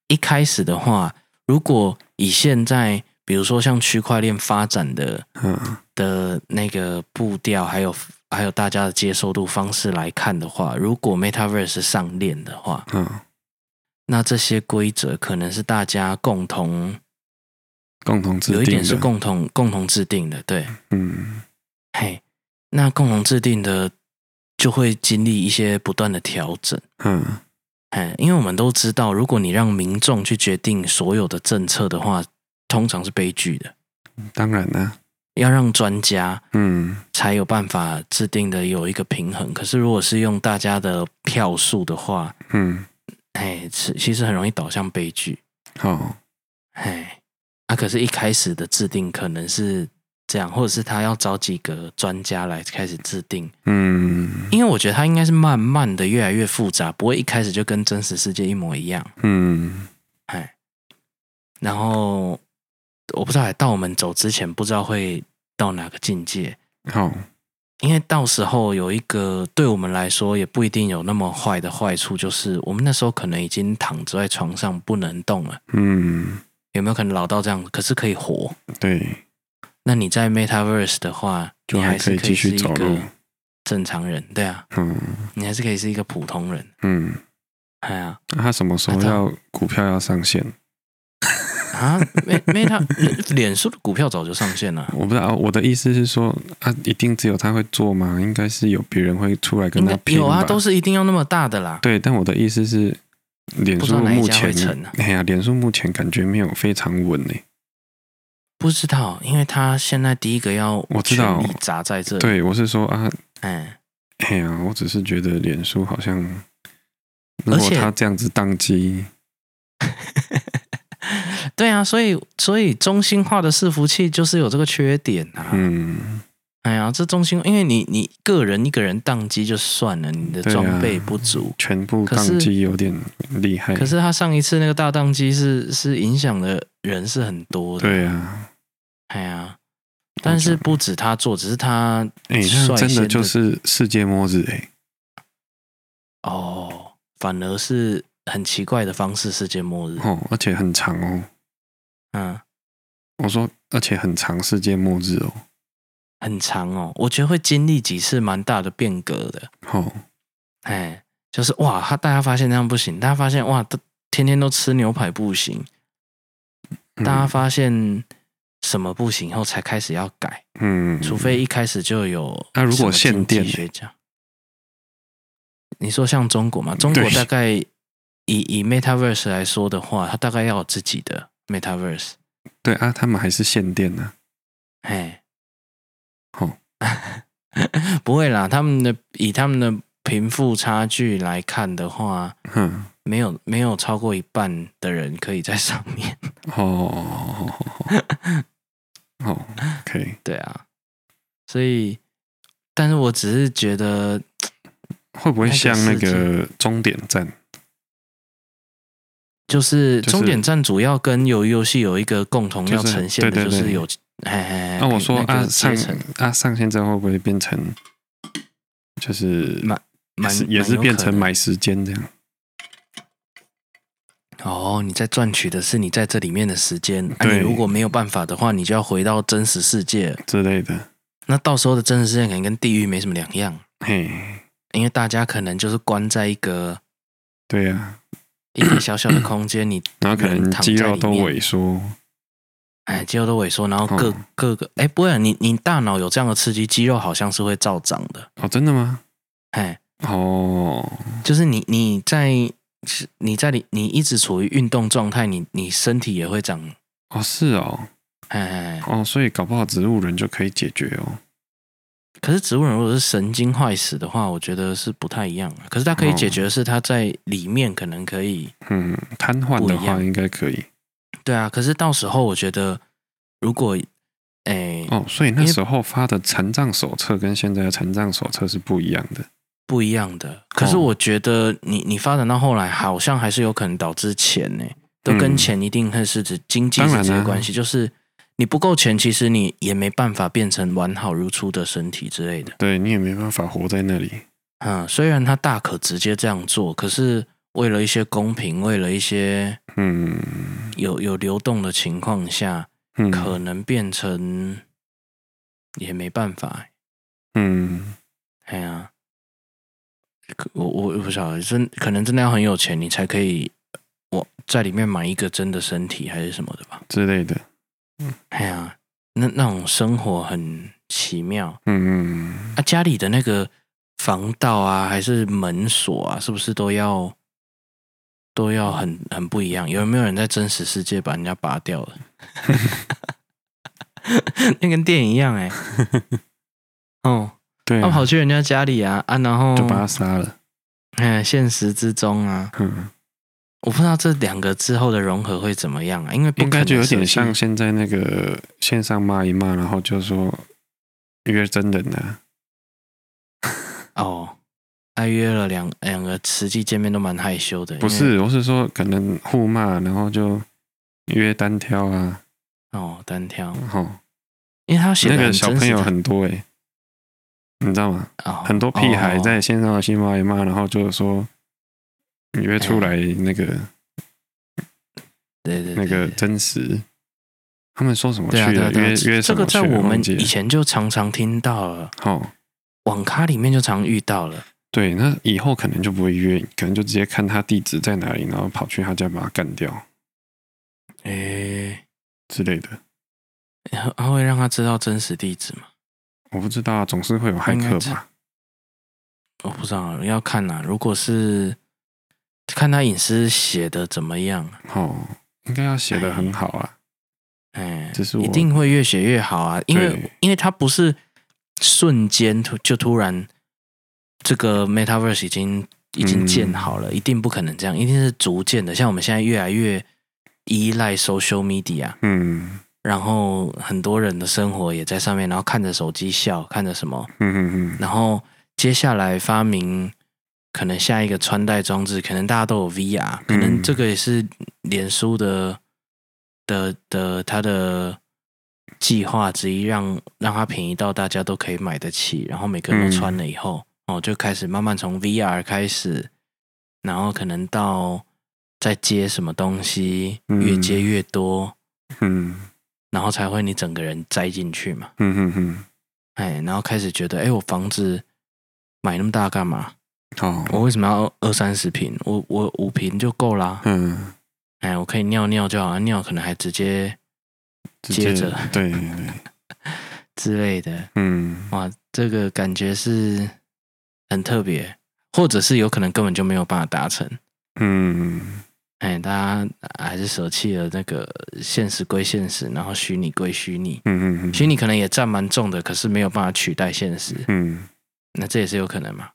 S1: 一开始的话，如果以现在。比如说像区块链发展的
S2: 嗯
S1: 的那个步调，还有还有大家的接受度方式来看的话，如果 Metaverse 上链的话，
S2: 嗯，
S1: 那这些规则可能是大家共同
S2: 共同制
S1: 有一
S2: 定
S1: 点是
S2: 的，
S1: 共同共同制定的，对，
S2: 嗯
S1: 嘿，那共同制定的就会经历一些不断的调整。
S2: 嗯
S1: 哎，因为我们都知道，如果你让民众去决定所有的政策的话，通常是悲剧的。
S2: 当然啦、
S1: 要让专家
S2: 嗯
S1: 才有办法制定的有一个平衡。可是如果是用大家的票数的话，
S2: 嗯，
S1: 哎，是其实很容易导向悲剧。
S2: 好，
S1: 哎，啊，可是一开始的制定可能是这样，或者是他要找几个专家来开始制定，
S2: 嗯
S1: 因为我觉得他应该是慢慢的越来越复杂，不会一开始就跟真实世界一模一样。
S2: 嗯
S1: 哎，然后我不知道，哎到我们走之前不知道会到哪个境界，
S2: 好，
S1: 因为到时候有一个对我们来说也不一定有那么坏的坏处，就是我们那时候可能已经躺在床上不能动了，
S2: 嗯
S1: 有没有可能老到这样子？可是可以活。
S2: 对，
S1: 那你在 Metaverse 的话，
S2: 就
S1: 你还
S2: 还可
S1: 是
S2: 以
S1: 可
S2: 继
S1: 以是
S2: 续
S1: 一
S2: 走路
S1: 个，正常人，对啊，
S2: 嗯
S1: 你还是可以是一个普通人，
S2: 嗯，
S1: 哎呀
S2: 那他什么时候
S1: 那他
S2: 要股票要上线？
S1: 啊，Meta Meta- 呃脸书的股票早就上线了，
S2: 我不知道，我的意思是说，啊，一定只有他会做吗？应该是有别人会出来跟
S1: 应
S2: 他
S1: 该
S2: 拼
S1: 有啊，
S2: 吧？
S1: 都是一定要那么大的啦。
S2: 对，但我的意思是，脸
S1: 不知
S2: 书
S1: 道哪一
S2: 目
S1: 家会
S2: 前
S1: 成啊，
S2: 哎呀，脸书目前感觉没有非常稳欸呢。
S1: 不知道，因为他现在第一个要
S2: 我知道
S1: 全力砸在这里。，
S2: 对，我是说啊，
S1: 哎，
S2: 哎呀，我只是觉得脸书好像，如
S1: 而
S2: 果
S1: 且
S2: 他这样子宕机，
S1: 对啊，所以所以中心化的伺服器就是有这个缺点啊。
S2: 嗯，
S1: 哎呀，这中心，因为你你个人一个人宕机就算了，你的
S2: 对啊
S1: 装备不足。
S2: 全部
S1: 可是
S2: 宕机有点厉害。
S1: 可是他上一次那个大宕机是是影响的人是很多的，
S2: 对啊，
S1: 哎呀，但是不止他做，只是他
S2: 哎，
S1: 率
S2: 那真
S1: 先
S2: 的
S1: 的
S2: 就是世界末日哎。
S1: 哦，反而是很奇怪的方式世界末日，
S2: 哦，而且很长哦。
S1: 嗯，
S2: 我说，而且很长，世界末日哦。
S1: 很长哦，我觉得会经历几次蛮大的变革的，
S2: 哦，
S1: 哎，就是哇，他大家发现这样不行，大家发现哇，都天天都吃牛排不行，
S2: 嗯
S1: 大家发现什么不行以后才开始要改，
S2: 嗯，
S1: 除非一开始就有
S2: 那如果
S1: 什么经济
S2: 限电呢
S1: 学家，你说像中国嘛，中国
S2: 对
S1: 大概以以 Metaverse 来说的话，它大概要有自己的 Metaverse，
S2: 对啊，他们还是限电呢、
S1: 哎，
S2: 哦，
S1: 不会啦，他们的以他们的贫富差距来看的话，
S2: 哼，
S1: 没有没有超过一半的人可以在上面。
S2: 哦哦哦哦，哦，OK，
S1: 对啊，所以，但是我只是觉得，
S2: 会不会像那
S1: 那个
S2: 个终点站？
S1: 就是
S2: 就是
S1: 终点站主要跟游游戏有一个共同
S2: 就是
S1: 要呈现的，
S2: 对
S1: 就
S2: 对对
S1: 是有，哎哎，
S2: 那、我说
S1: 那
S2: 啊
S1: 个
S2: 上
S1: 阶层
S2: 啊上线之后会不会变成就是
S1: 蛮
S2: 也
S1: 蛮
S2: 是也
S1: 蛮
S2: 是
S1: 有
S2: 变
S1: 可
S2: 成
S1: 能
S2: 买时间这样？
S1: 哦，你在赚取的是你在这里面的时间，啊，
S2: 对
S1: 你如果没有办法的话，你就要回到真实世界。
S2: 之类的？
S1: 那到时候的真实世界可能跟地狱没什么两样，
S2: 嘿，
S1: 因为大家可能就是关在一个
S2: 对啊，
S1: 一个小小的空间，你
S2: 然后可
S1: 人
S2: 能
S1: 躺
S2: 肌
S1: 在
S2: 肉
S1: 里
S2: 都
S1: 面
S2: 萎缩，
S1: 哎，肌肉都萎缩，然后各、
S2: 嗯
S1: 各个哎，不会啊，你你大脑有这样的刺激，肌肉好像是会照长的。
S2: 哦，真的吗？
S1: 哎，
S2: 哦，
S1: 就是你你在是你在你你一直处于运动状态，你你身体也会长。
S2: 哦是哦，
S1: 哎哎，哎
S2: 哦，所以搞不好植物人就可以解决哦。
S1: 可是植物人如果是神经坏死的话，我觉得是不太一样啊的。可是它可以
S2: 哦
S1: 解决的是，它在里面可能可以，
S2: 嗯，瘫痪
S1: 不
S2: 的
S1: 一
S2: 话
S1: 样
S2: 应该可以
S1: 对啊。可是到时候我觉得，如果哎
S2: 哦。所以那
S1: 因为
S2: 时候发的残障手册跟现在的残障手册是不一样的。
S1: 不一样的，可是
S2: 哦
S1: 我觉得你你发展到后来，好像还是有可能导致钱呢、都跟
S2: 嗯
S1: 钱一定会是指经济
S2: 当
S1: 是
S2: 然啊
S1: 直接
S2: 啦
S1: 关系，就是你不够钱，其实你也没办法变成完好如初的身体之类的。
S2: 对你也没办法活在那里。
S1: 嗯，虽然他大可直接这样做，可是为了一些公平，为了一些
S2: 嗯
S1: 有有流动的情况下，
S2: 嗯
S1: 可能变成也没办法欸、
S2: 嗯
S1: 哎呀，可我我我不晓得，真可能真的要很有钱，你才可以我在里面买一个真的身体还是什么的吧？
S2: 之类的，
S1: 哎呀，那那种生活很奇妙
S2: 嗯 嗯
S1: 啊！家里的那个防盗啊，还是门锁啊，是不是都要都要很很不一样？有没有人在真实世界把人家拔掉了？ 那跟电影一样哎、哦，
S2: 对
S1: 他
S2: 啊、
S1: 跑去人家家里啊啊，然后
S2: 就把他杀了，
S1: 哎，现实之中啊，
S2: 嗯，
S1: 我不知道这两个之后的融合会怎么样啊，因为不
S2: 应该
S1: 可能
S2: 就有点
S1: 设计
S2: 像现在那个线上骂一骂，然后就说约真人啊，
S1: 哦，他约了两两个实际见面都蛮害羞的，
S2: 不
S1: 因为
S2: 是，我是说可能互骂，然后就约单挑啊，
S1: 哦单挑，
S2: 哦，
S1: 因为他写
S2: 那
S1: 的哦
S2: 个小朋友很多诶、欸你知道吗？很多屁孩在线上新骂一骂，然后就说你约出来那个、
S1: 对对
S2: 那
S1: 对
S2: 个
S1: 对
S2: 真实，他们说什么去
S1: 对啊对
S2: 了
S1: 啊对啊
S2: 约约
S1: 这
S2: 什
S1: 个
S2: 么去
S1: 在
S2: 了，
S1: 我们
S2: 忘记了
S1: 以前就常常听到了，
S2: 哦，
S1: 网咖里面就常遇到了，
S2: 对，那以后可能就不会约，可能就直接看他地址在哪里，然后跑去他家把他干掉
S1: 诶，
S2: 之类的。
S1: 他他会让他知道真实地址吗？
S2: 我不知道啊，总是会有骇
S1: 应该
S2: 客
S1: 是
S2: 吧？
S1: 我不知道，要看呐、如果是看他隐私写的怎么样，啊
S2: 哦，应该要写的很好啊。
S1: 哎，
S2: 这是我
S1: 一定会越写越好啊，因为
S2: 对
S1: 因为它不是瞬间突就突然这个 metaverse 已经已经建好
S2: 嗯
S1: 了，一定不可能这样，一定是逐渐的。像我们现在越来越依赖 social media，
S2: 嗯
S1: 然后很多人的生活也在上面，然后看着手机笑，看着什么，
S2: 嗯嗯嗯，
S1: 然后接下来发明可能下一个穿戴装置，可能大家都有 VR，可能这个也是脸书的的的它的计划之一，让让它便宜到大家都可以买得起，然后每个人都穿了以后，哦，就开始慢慢从 VR 开始，然后可能到再接什么东西，
S2: 嗯
S1: 越接越多，
S2: 嗯
S1: 然后才会你整个人栽进去嘛。
S2: 嗯嗯嗯，
S1: 哎，然后开始觉得，哎，我房子买那么大干嘛？我
S2: 好，
S1: 为什么要二三十平？我我五平就够啦。
S2: 嗯，
S1: 哎，我可以尿尿就好，尿可能还直接
S2: 直
S1: 接
S2: 接
S1: 着
S2: 对对对，
S1: 之类的。
S2: 嗯
S1: 哇，这个感觉是很特别，或者是有可能根本就没有办法达成。
S2: 嗯，
S1: 哎，大家还是舍弃了那个现实归现实，然后虚拟归虚拟。
S2: 嗯嗯
S1: 虚拟可能也占蛮重的，可是没有办法取代现实，
S2: 嗯，
S1: 那这也是有可能嘛？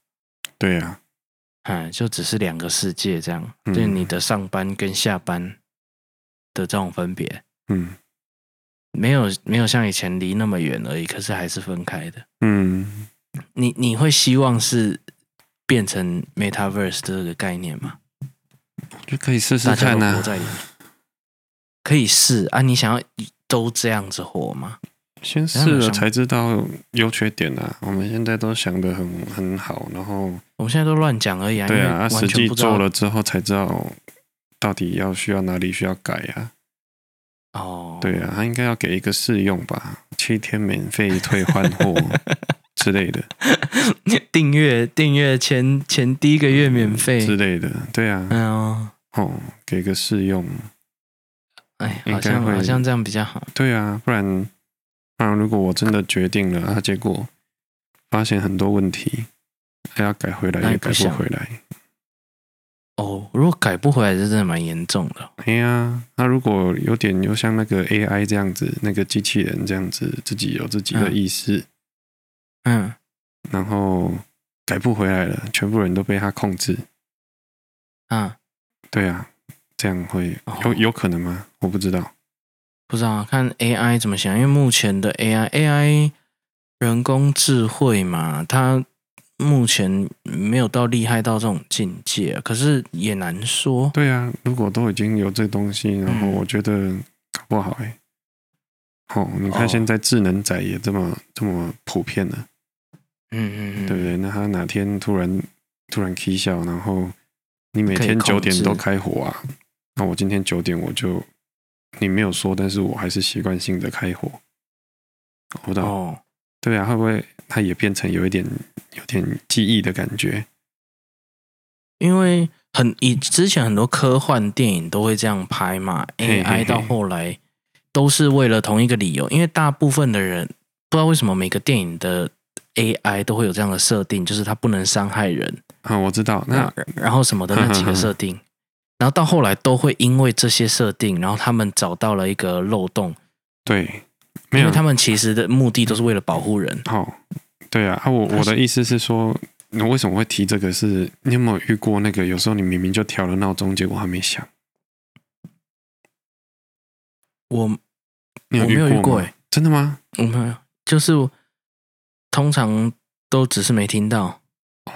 S2: 对呀，
S1: 哎，就只是两个世界这样，
S2: 嗯
S1: 就是你的上班跟下班的这种分别，
S2: 嗯
S1: 没有没有像以前离那么远而已，可是还是分开的。
S2: 嗯，
S1: 你你会希望是变成 metaverse 这个概念吗？
S2: 就可以试试
S1: 大家
S2: 看啊
S1: 都
S2: 呐
S1: 活。在里面，可以是啊，你想要都这样子活吗？
S2: 先试
S1: 哎
S2: 了才知道优缺点啊！我们现在都想的很很好，然后
S1: 我们现在都乱讲而已啊，
S2: 对
S1: 因为
S2: 啊，啊实
S1: 完全
S2: 际
S1: 不知
S2: 做
S1: 道
S2: 了之后才知道到底要需要哪里需要改啊。
S1: 哦，
S2: 对啊，他应该要给一个试用吧，七天免费退换 货之类的，
S1: 订阅订阅前前第一个月免
S2: 之
S1: 费，
S2: 类的。对啊，
S1: 嗯、哦，
S2: 哦，给个试用。
S1: 哎，
S2: 应
S1: 好
S2: 该
S1: 像
S2: 会
S1: 好像这样比较好。
S2: 对啊，不然不然如果我真的决定了，啊，结果发现很多问题，还要改回
S1: 那
S2: 来
S1: 你
S2: 也
S1: 不
S2: 改不
S1: 想
S2: 回来。
S1: 哦，如果改不回来，这真的蛮严重的。
S2: 哎呀，那如果有点又像那个 AI 这样子，那个机器人这样子，自己有自己的意识，
S1: 嗯，
S2: 然后改不回来了，全部人都被它控制，
S1: 啊，
S2: 对啊，这样会
S1: 哦
S2: 有有可能吗？我不知道。
S1: 不知道啊看 AI 怎么想，因为目前的 AI AI 人工智慧嘛，它目前没有到厉害到这种境界，可是也难说。
S2: 对啊，如果都已经有这东西，然后
S1: 嗯
S2: 我觉得搞不好哎、哦，你
S1: 哦
S2: 看现在智能仔也这么、这么普遍了，
S1: 嗯嗯嗯，
S2: 对不对？那他哪天突然突然 k 笑，然后你每
S1: 可以
S2: 天
S1: 控
S2: 九点
S1: 制
S2: 都开火啊，那我今天九点我就你没有说，但是我还是习惯性的开火。搞不到，
S1: 哦，
S2: 对啊，会不会它也变成有一点有点记忆的感觉？
S1: 因为很以之前很多科幻电影都会这样拍嘛
S2: 嘿嘿嘿
S1: ，AI 到后来都是为了同一个理由，因为大部分的人不知道为什么每个电影的 AI 都会有这样的设定，就是它不能伤害人，
S2: 啊，我知道，那嗯
S1: 然后什么的那几个设定，然后到后来都会因为这些设定，然后他们找到了一个漏洞，
S2: 对，没
S1: 因
S2: 有
S1: 为他们其实的目的都是为了保护人。
S2: 好、对啊，啊我
S1: 它
S2: 我
S1: 是
S2: 的意思是说，你为什么会提这个是？你有没有遇过那个？有时候你明明就调了闹钟，结果还没响，
S1: 我
S2: 你
S1: 我没有
S2: 遇
S1: 遇过
S2: 吗
S1: 欸
S2: 真的吗？
S1: 我没有，就是通常都只是没听到
S2: 哦，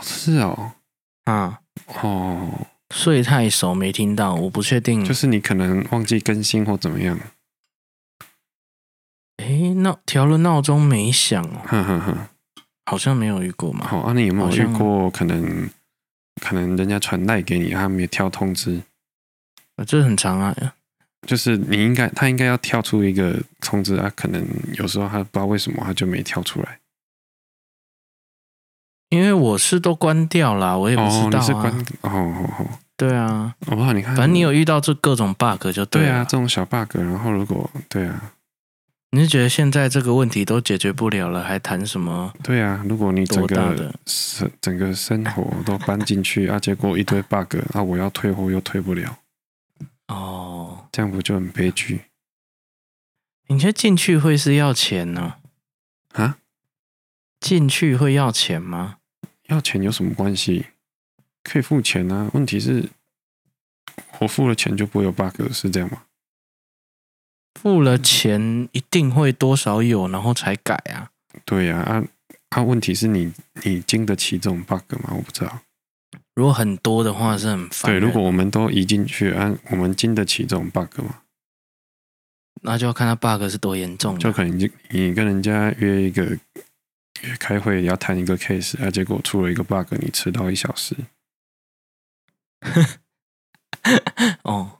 S2: 是哦，
S1: 啊，
S2: 哦，
S1: 睡太熟没听到，我不确定。
S2: 就是你可能忘记更新或怎么样，
S1: 诶，闹调了闹钟没响哦，
S2: 哼哼哼。
S1: 好像没有遇过嘛。
S2: 好、啊，那你有没有
S1: 好
S2: 遇
S1: 像
S2: 过可能可能人家传赖给你，他没有跳通知？
S1: 啊这很长啊，
S2: 就是你应该，他应该要跳出一个通知啊，可能有时候他不知道为什么他就没跳出来。
S1: 因为我是都关掉啦，我也不
S2: 哦
S1: 知，道
S2: 你是
S1: 啊。
S2: 关哦哦哦，
S1: 对啊，
S2: 我不知道你看，
S1: 反正你有遇到这各种 bug 就
S2: 对
S1: 了。
S2: 啊这种小 bug，然后如果对啊
S1: 你是觉得现在这个问题都解决不了了，还谈什么
S2: 对啊，如果你整
S1: 多大
S2: 个
S1: 的？
S2: 生整个生活都搬进去啊，结果一堆 bug 啊，我要退货又退不了，
S1: 哦，
S2: 这样不就很悲剧
S1: 你觉得进去会是要钱呢、
S2: 啊？
S1: 进去会要钱吗？
S2: 要钱有什么关系？可以付钱啊，问题是我付了钱就不会有 bug，是这样吗？
S1: 付
S2: 嗯
S1: 了钱一定会多少有，然后才改啊。
S2: 对呀、啊，啊问题是你你经得起这种 bug 吗？我不知道。
S1: 如果很多的话是很烦
S2: 对，
S1: 人，
S2: 如果我们都移进去，啊，我们经得起这种 bug 吗？
S1: 那就要看它 bug 是多严重啊
S2: 就
S1: 了。
S2: 可能你你跟人家约一个约开会，要谈一个 case，啊，结果出了一个 bug，你迟到一小时
S1: 哦，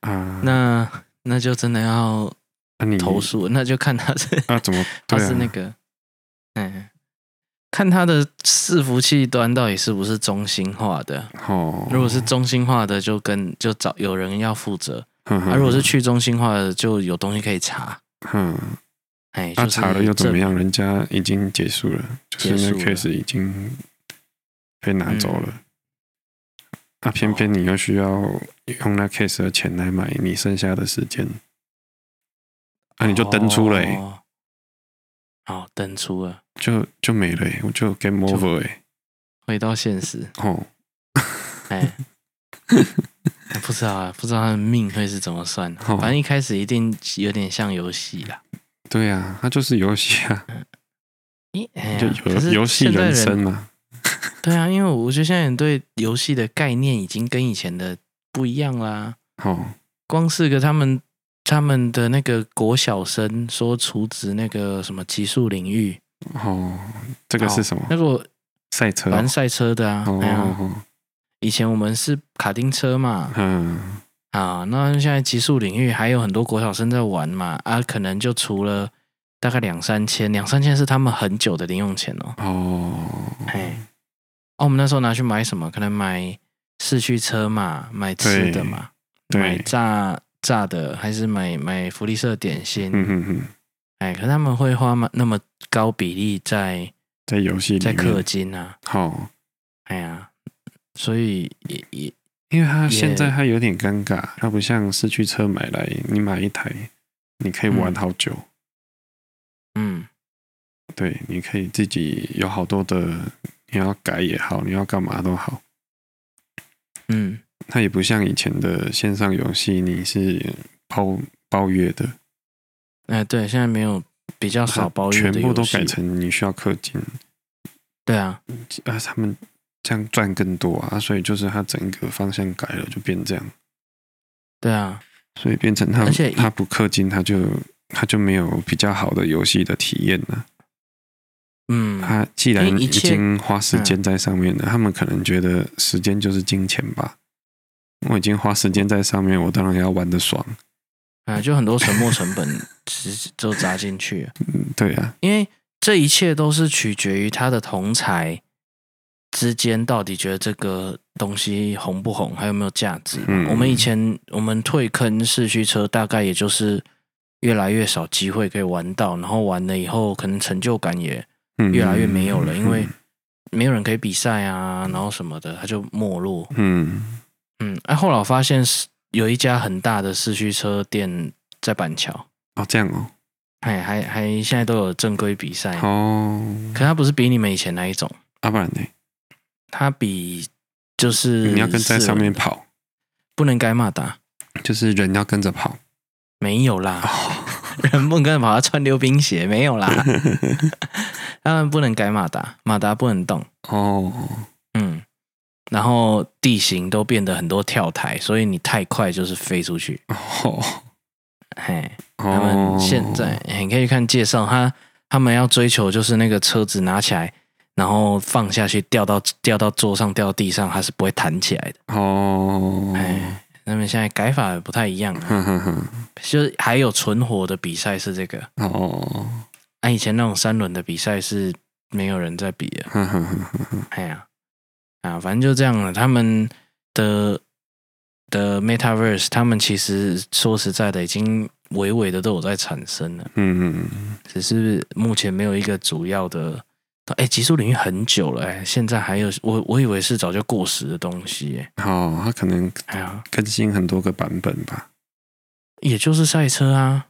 S2: 啊，
S1: 那那就真的要
S2: 那、你
S1: 投诉，那就看他是
S2: 啊怎么？
S1: 他
S2: 对啊，
S1: 是那个，嗯，看他的伺服器端到底是不是中心化的。
S2: 哦，
S1: 如果是中心化的，就跟就找有人要负责；
S2: 哼哼
S1: 啊，如果是去中心化的，就有东西可以查。
S2: 哼，
S1: 哎，就
S2: 他、
S1: 是
S2: 查了又怎么
S1: 这？
S2: 样？人家已经结束了，就是
S1: 结
S2: 那
S1: 束了嗯
S2: case 已经被拿走了。啊，偏
S1: 哦
S2: 偏你又需要用那 case 的钱来买你剩下的时间，啊，你就登出了、欸
S1: 哦哦，登出了。
S2: 就就没了、欸，我就 game over 哎、
S1: 回到现实，
S2: 哦，
S1: 哎，不知道啊，不知道他的命会是怎么算的。
S2: 哦
S1: 反正一开始一定有点像游戏啦，
S2: 对啊，它就是游戏啊，
S1: 咦哎呀
S2: 就
S1: 可是
S2: 游游戏
S1: 现在
S2: 人生嘛。
S1: 对啊，因为我觉得现在人对游戏的概念已经跟以前的不一样啦。
S2: 哦，
S1: 光是个他们他们的那个国小生说除职那个什么极速领域，
S2: 哦，这个是什么？
S1: 那个我
S2: 赛车哦、
S1: 玩赛车的啊，
S2: 哦
S1: 哎呀
S2: 哦，哦，
S1: 以前我们是卡丁车嘛，
S2: 嗯，
S1: 啊，那现在极速领域还有很多国小生在玩嘛，啊，可能就除了大概两三千，两三千是他们很久的零用钱哦。
S2: 哦，
S1: 哎，哦，我们那时候拿去买什么？可能买四驱车嘛，买吃的嘛，
S2: 对
S1: 买炸炸的，还是买买福利社点心？
S2: 嗯哼哼，
S1: 哎，可是他们会花嘛那么高比例在
S2: 在游戏
S1: 在
S2: 里
S1: 氪
S2: 面，
S1: 金啊，
S2: 好、
S1: 哎呀，所以也也
S2: 因为它
S1: 也
S2: 现在它有点尴尬，它不像四驱车买来，你买一台，你可以玩
S1: 嗯
S2: 好久，
S1: 嗯，
S2: 对，你可以自己有好多的，你要改也好，你要干嘛都好。
S1: 嗯，
S2: 它也不像以前的线上游戏，你是包包月的，
S1: 哎，对，现在没有比较少包月
S2: 全
S1: 的
S2: 部都
S1: 游戏
S2: 改成你需要氪金，
S1: 对啊，
S2: 啊，他们这样赚更多啊，所以就是它整个方向改了，就变这样，
S1: 对啊，
S2: 所以变成他
S1: 而且一
S2: 他不氪金，他就他就没有比较好的游戏的体验了。
S1: 嗯，
S2: 他既然
S1: 因为
S2: 已
S1: 一切嗯
S2: 经花时间在上面了，他们可能觉得时间就是金钱吧。我已经花时间在上面，我当然要玩的爽。
S1: 啊，就很多沉没成本直就砸进去了，
S2: 嗯对啊，
S1: 因为这一切都是取决于他的同才之间到底觉得这个东西红不红，还有没有价值嘛。
S2: 嗯
S1: 我们以前我们退坑四驱车，大概也就是越来越少机会可以玩到，然后玩了以后，可能成就感也
S2: 嗯
S1: 越来越没有了，因为
S2: 嗯
S1: 没有人可以比赛啊，然后什么的，它就没落。
S2: 嗯
S1: 嗯，哎、后来我发现是有一家很大的四驱车店在板桥，
S2: 哦这样哦
S1: 哎，还还现在都有正规比赛，
S2: 哦，
S1: 可它不是比你们以前那一种，
S2: 啊不然呢？
S1: 它比就是
S2: 你要跟在
S1: 四
S2: 上面
S1: 轮
S2: 跑，
S1: 不能该骂打，
S2: 就是人要跟着跑。
S1: 没有啦，
S2: 哦
S1: 人不能把它穿溜冰鞋，没 有啦，他们不能改马达，马达不能动，
S2: 哦，
S1: 嗯，然后地形都变得很多跳台，所以你太快就是飞出去，
S2: 哦，
S1: 嘿。他
S2: 哦
S1: 们现在、欸你可以看介绍，他他们要追求就是那个车子拿起来，然后放下去掉到掉到桌上掉到地上，它是不会弹起来的。
S2: 哦，
S1: 哎、那么现在改法也不太一样啊，
S2: 哼哼哼，
S1: 就是还有存活的比赛是这个，
S2: 哦，
S1: 啊，以前那种三轮的比赛是没有人在比的。
S2: 哼哼哼哼
S1: 哎呀、啊，反正就这样了。他们的的 Metaverse，他们其实说实在的，已经微微的都有在产生了。
S2: 嗯，
S1: 只是目前没有一个主要的。哎，极速领域很久了，哎，现在还有我我以为是早就过时的东西，哎，
S2: 哦，它可能
S1: 哎呀，
S2: 更新很多个版本吧。
S1: 也就是赛车啊，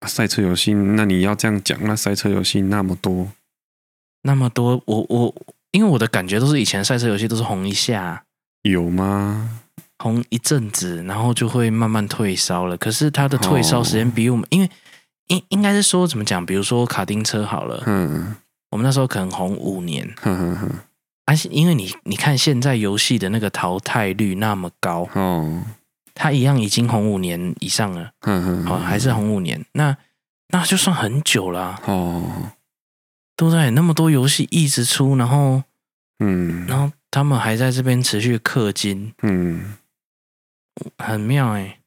S2: 啊赛车游戏，那你要这样讲，那赛车游戏那么多，
S1: 那么多，我我因为我的感觉都是以前赛车游戏都是红一下，
S2: 有吗？
S1: 红一阵子，然后就会慢慢退烧了。可是它的退烧时间比我们，因为应应该是说怎么讲，比如说卡丁车好了，
S2: 嗯，
S1: 我们那时候可能红五年，
S2: 哼哼哼，
S1: 而、且因为你你看现在游戏的那个淘汰率那么高，
S2: 哦，
S1: 它一样已经红五年以上了。
S2: 哼哼
S1: 哦，
S2: 哼，
S1: 还是红五年，那那就算很久啦、
S2: 哦，
S1: 对不对？那么多游戏一直出，然后
S2: 嗯
S1: 然后他们还在这边持续氪金，
S2: 嗯，
S1: 很妙哎、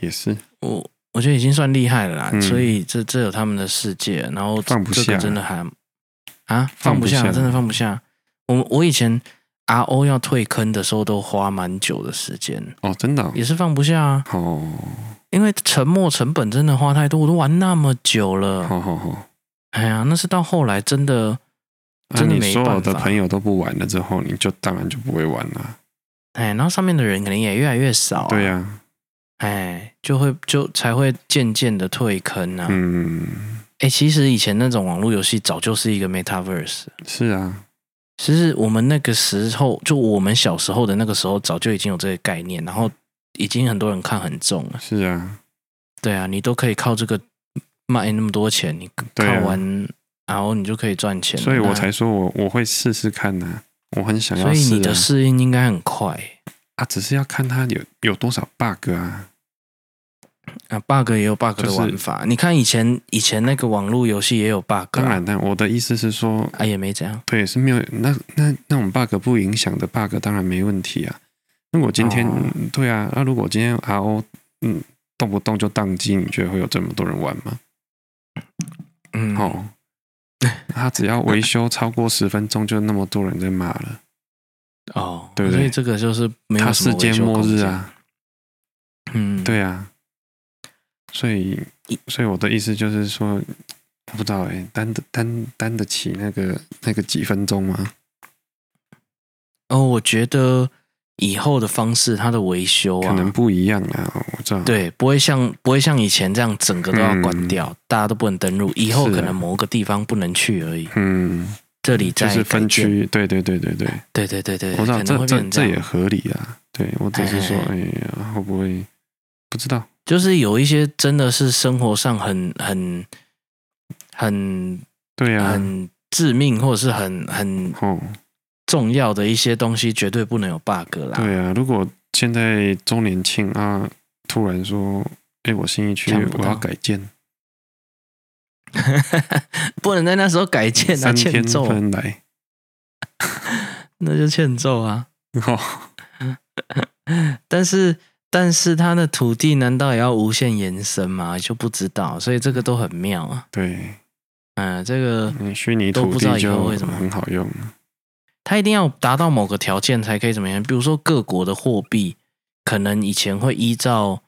S2: 也是，
S1: 我我觉得已经算厉害了啦，
S2: 嗯
S1: 所以这这有他们的世界，然后
S2: 放不
S1: 这
S2: 下
S1: 个真的还啊放不
S2: 不
S1: 下，
S2: 下
S1: 真的放不下。我我以前 RO 要退坑的时候都花蛮久的时间，
S2: 哦，真的哦，
S1: 也是放不下啊，
S2: 哦，
S1: 因为沉没成本真的花太多，我都玩那么久了，
S2: 好好好，
S1: 哎呀，那是到后来真的。
S2: 那
S1: 真的
S2: 啊你
S1: 没
S2: 所有
S1: 办
S2: 的
S1: 法
S2: 朋友都不玩了之后，你就当然就不会玩了。
S1: 哎，然后上面的人可能也越来越少、
S2: 对、
S1: 啊，
S2: 呀、
S1: 哎，就会就才会渐渐的退坑啊。哎、哎
S2: 嗯，
S1: 其实以前那种网络游戏早就是一个 metaverse，
S2: 是啊，
S1: 其实我们那个时候，就我们小时候的那个时候，早就已经有这个概念，然后已经很多人看很重了。
S2: 是啊，
S1: 对啊，你都可以靠这个卖那么多钱，你靠
S2: 对啊
S1: 完然后你就可以赚钱了，
S2: 所以我
S1: 那
S2: 才说我我会试试看呐、我很想要
S1: 所以
S2: 试
S1: 你的
S2: 啊
S1: 适应应该很快
S2: 啊，只是要看它有有多少 bug 啊。
S1: 啊，bug 也有 bug
S2: 就
S1: 的
S2: 是
S1: 玩法。你看以前以前那个网络游戏也有 bug，、啊、
S2: 当然，但我的意思是说，
S1: 啊也没怎样。
S2: 对，是没有那那那种 bug 不影响的 bug，当然没问题啊。如果今天、
S1: 哦
S2: 嗯对啊，那、如果今天 RO 嗯动不动就宕机，你觉得会有这么多人玩吗？
S1: 嗯，
S2: 哦，他只要维修超过十分钟，就那么多人在骂了。
S1: 哦，
S2: 对不对
S1: 所以这个就是没有
S2: 他
S1: 什
S2: 世
S1: 么
S2: 界
S1: 维修
S2: 末
S1: 空
S2: 日
S1: 间。
S2: 啊，
S1: 嗯，
S2: 对啊。所以，所以我的意思就是说，我不知道哎、担得担担得起那个那个几分钟吗？
S1: 哦，我觉得以后的方式，它的维修
S2: 可能
S1: 啊，
S2: 不一样啊，我知道。
S1: 对，不会像不会像以前这样整个都要关
S2: 嗯
S1: 掉，大家都不能登录，以后
S2: 是啊
S1: 可能某个地方不能去而已，
S2: 嗯，
S1: 这里
S2: 就
S1: 再
S2: 是分
S1: 改建。
S2: 区，对对对对对，
S1: 对对对对，
S2: 我知道
S1: 可能
S2: 这
S1: 会
S2: 这
S1: 变成
S2: 这
S1: 样
S2: 也合理啊。对我只是说，哎
S1: 哎
S2: 呀，会不会不知道？
S1: 就是有一些真的是生活上很很很
S2: 对啊，
S1: 很致命，或者是很很
S2: 哦，
S1: 重要的一些东西，绝对不能有 bug 啦。
S2: 对啊，如果现在周年庆啊，突然说，哎、我新一区
S1: 抢不
S2: 我要
S1: 到
S2: 改建，
S1: 不能在那时候改建啊，
S2: 三
S1: 欠
S2: 天
S1: 揍，
S2: 分来，
S1: 那就欠揍啊。
S2: 哦，
S1: 但是，但是它的土地难道也要无限延伸吗？就不知道，所以这个都很妙啊。
S2: 对，
S1: 嗯、这个
S2: 嗯虚拟
S1: 都
S2: 土
S1: 不知道
S2: 地
S1: 以后
S2: 就
S1: 会怎么
S2: 很好用。
S1: 它一定要达到某个条件才可以怎么样？比如说各国的货币，可能以前会依照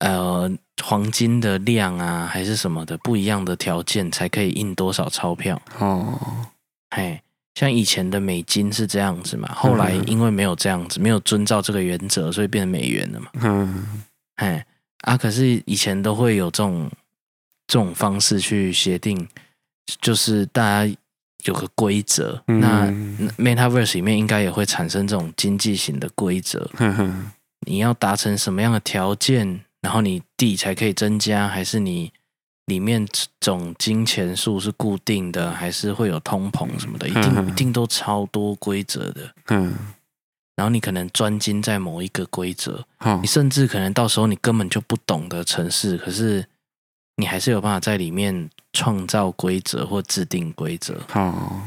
S1: 呃黄金的量啊，还是什么的不一样的条件，才可以印多少钞票。
S2: 哦，
S1: 嘿，像以前的美金是这样子嘛，后来因为没有这样子，没有遵照这个原则，所以变成美元了嘛。
S2: 嗯，
S1: 嘿，啊，可是以前都会有这种这种方式去协定，就是大家有个规则。那
S2: 嗯
S1: Metaverse 里面应该也会产生这种经济型的规则，
S2: 呵呵，
S1: 你要达成什么样的条件，然后你地才可以增加，还是你里面总金钱数是固定的，还是会有通膨什么的，一定
S2: 嗯
S1: 一定都超多规则的。
S2: 嗯，
S1: 然后你可能专精在某一个规则，
S2: 好
S1: 你，甚至可能到时候你根本就不懂的城市，可是你还是有办法在里面创造规则或制定规则，
S2: 好，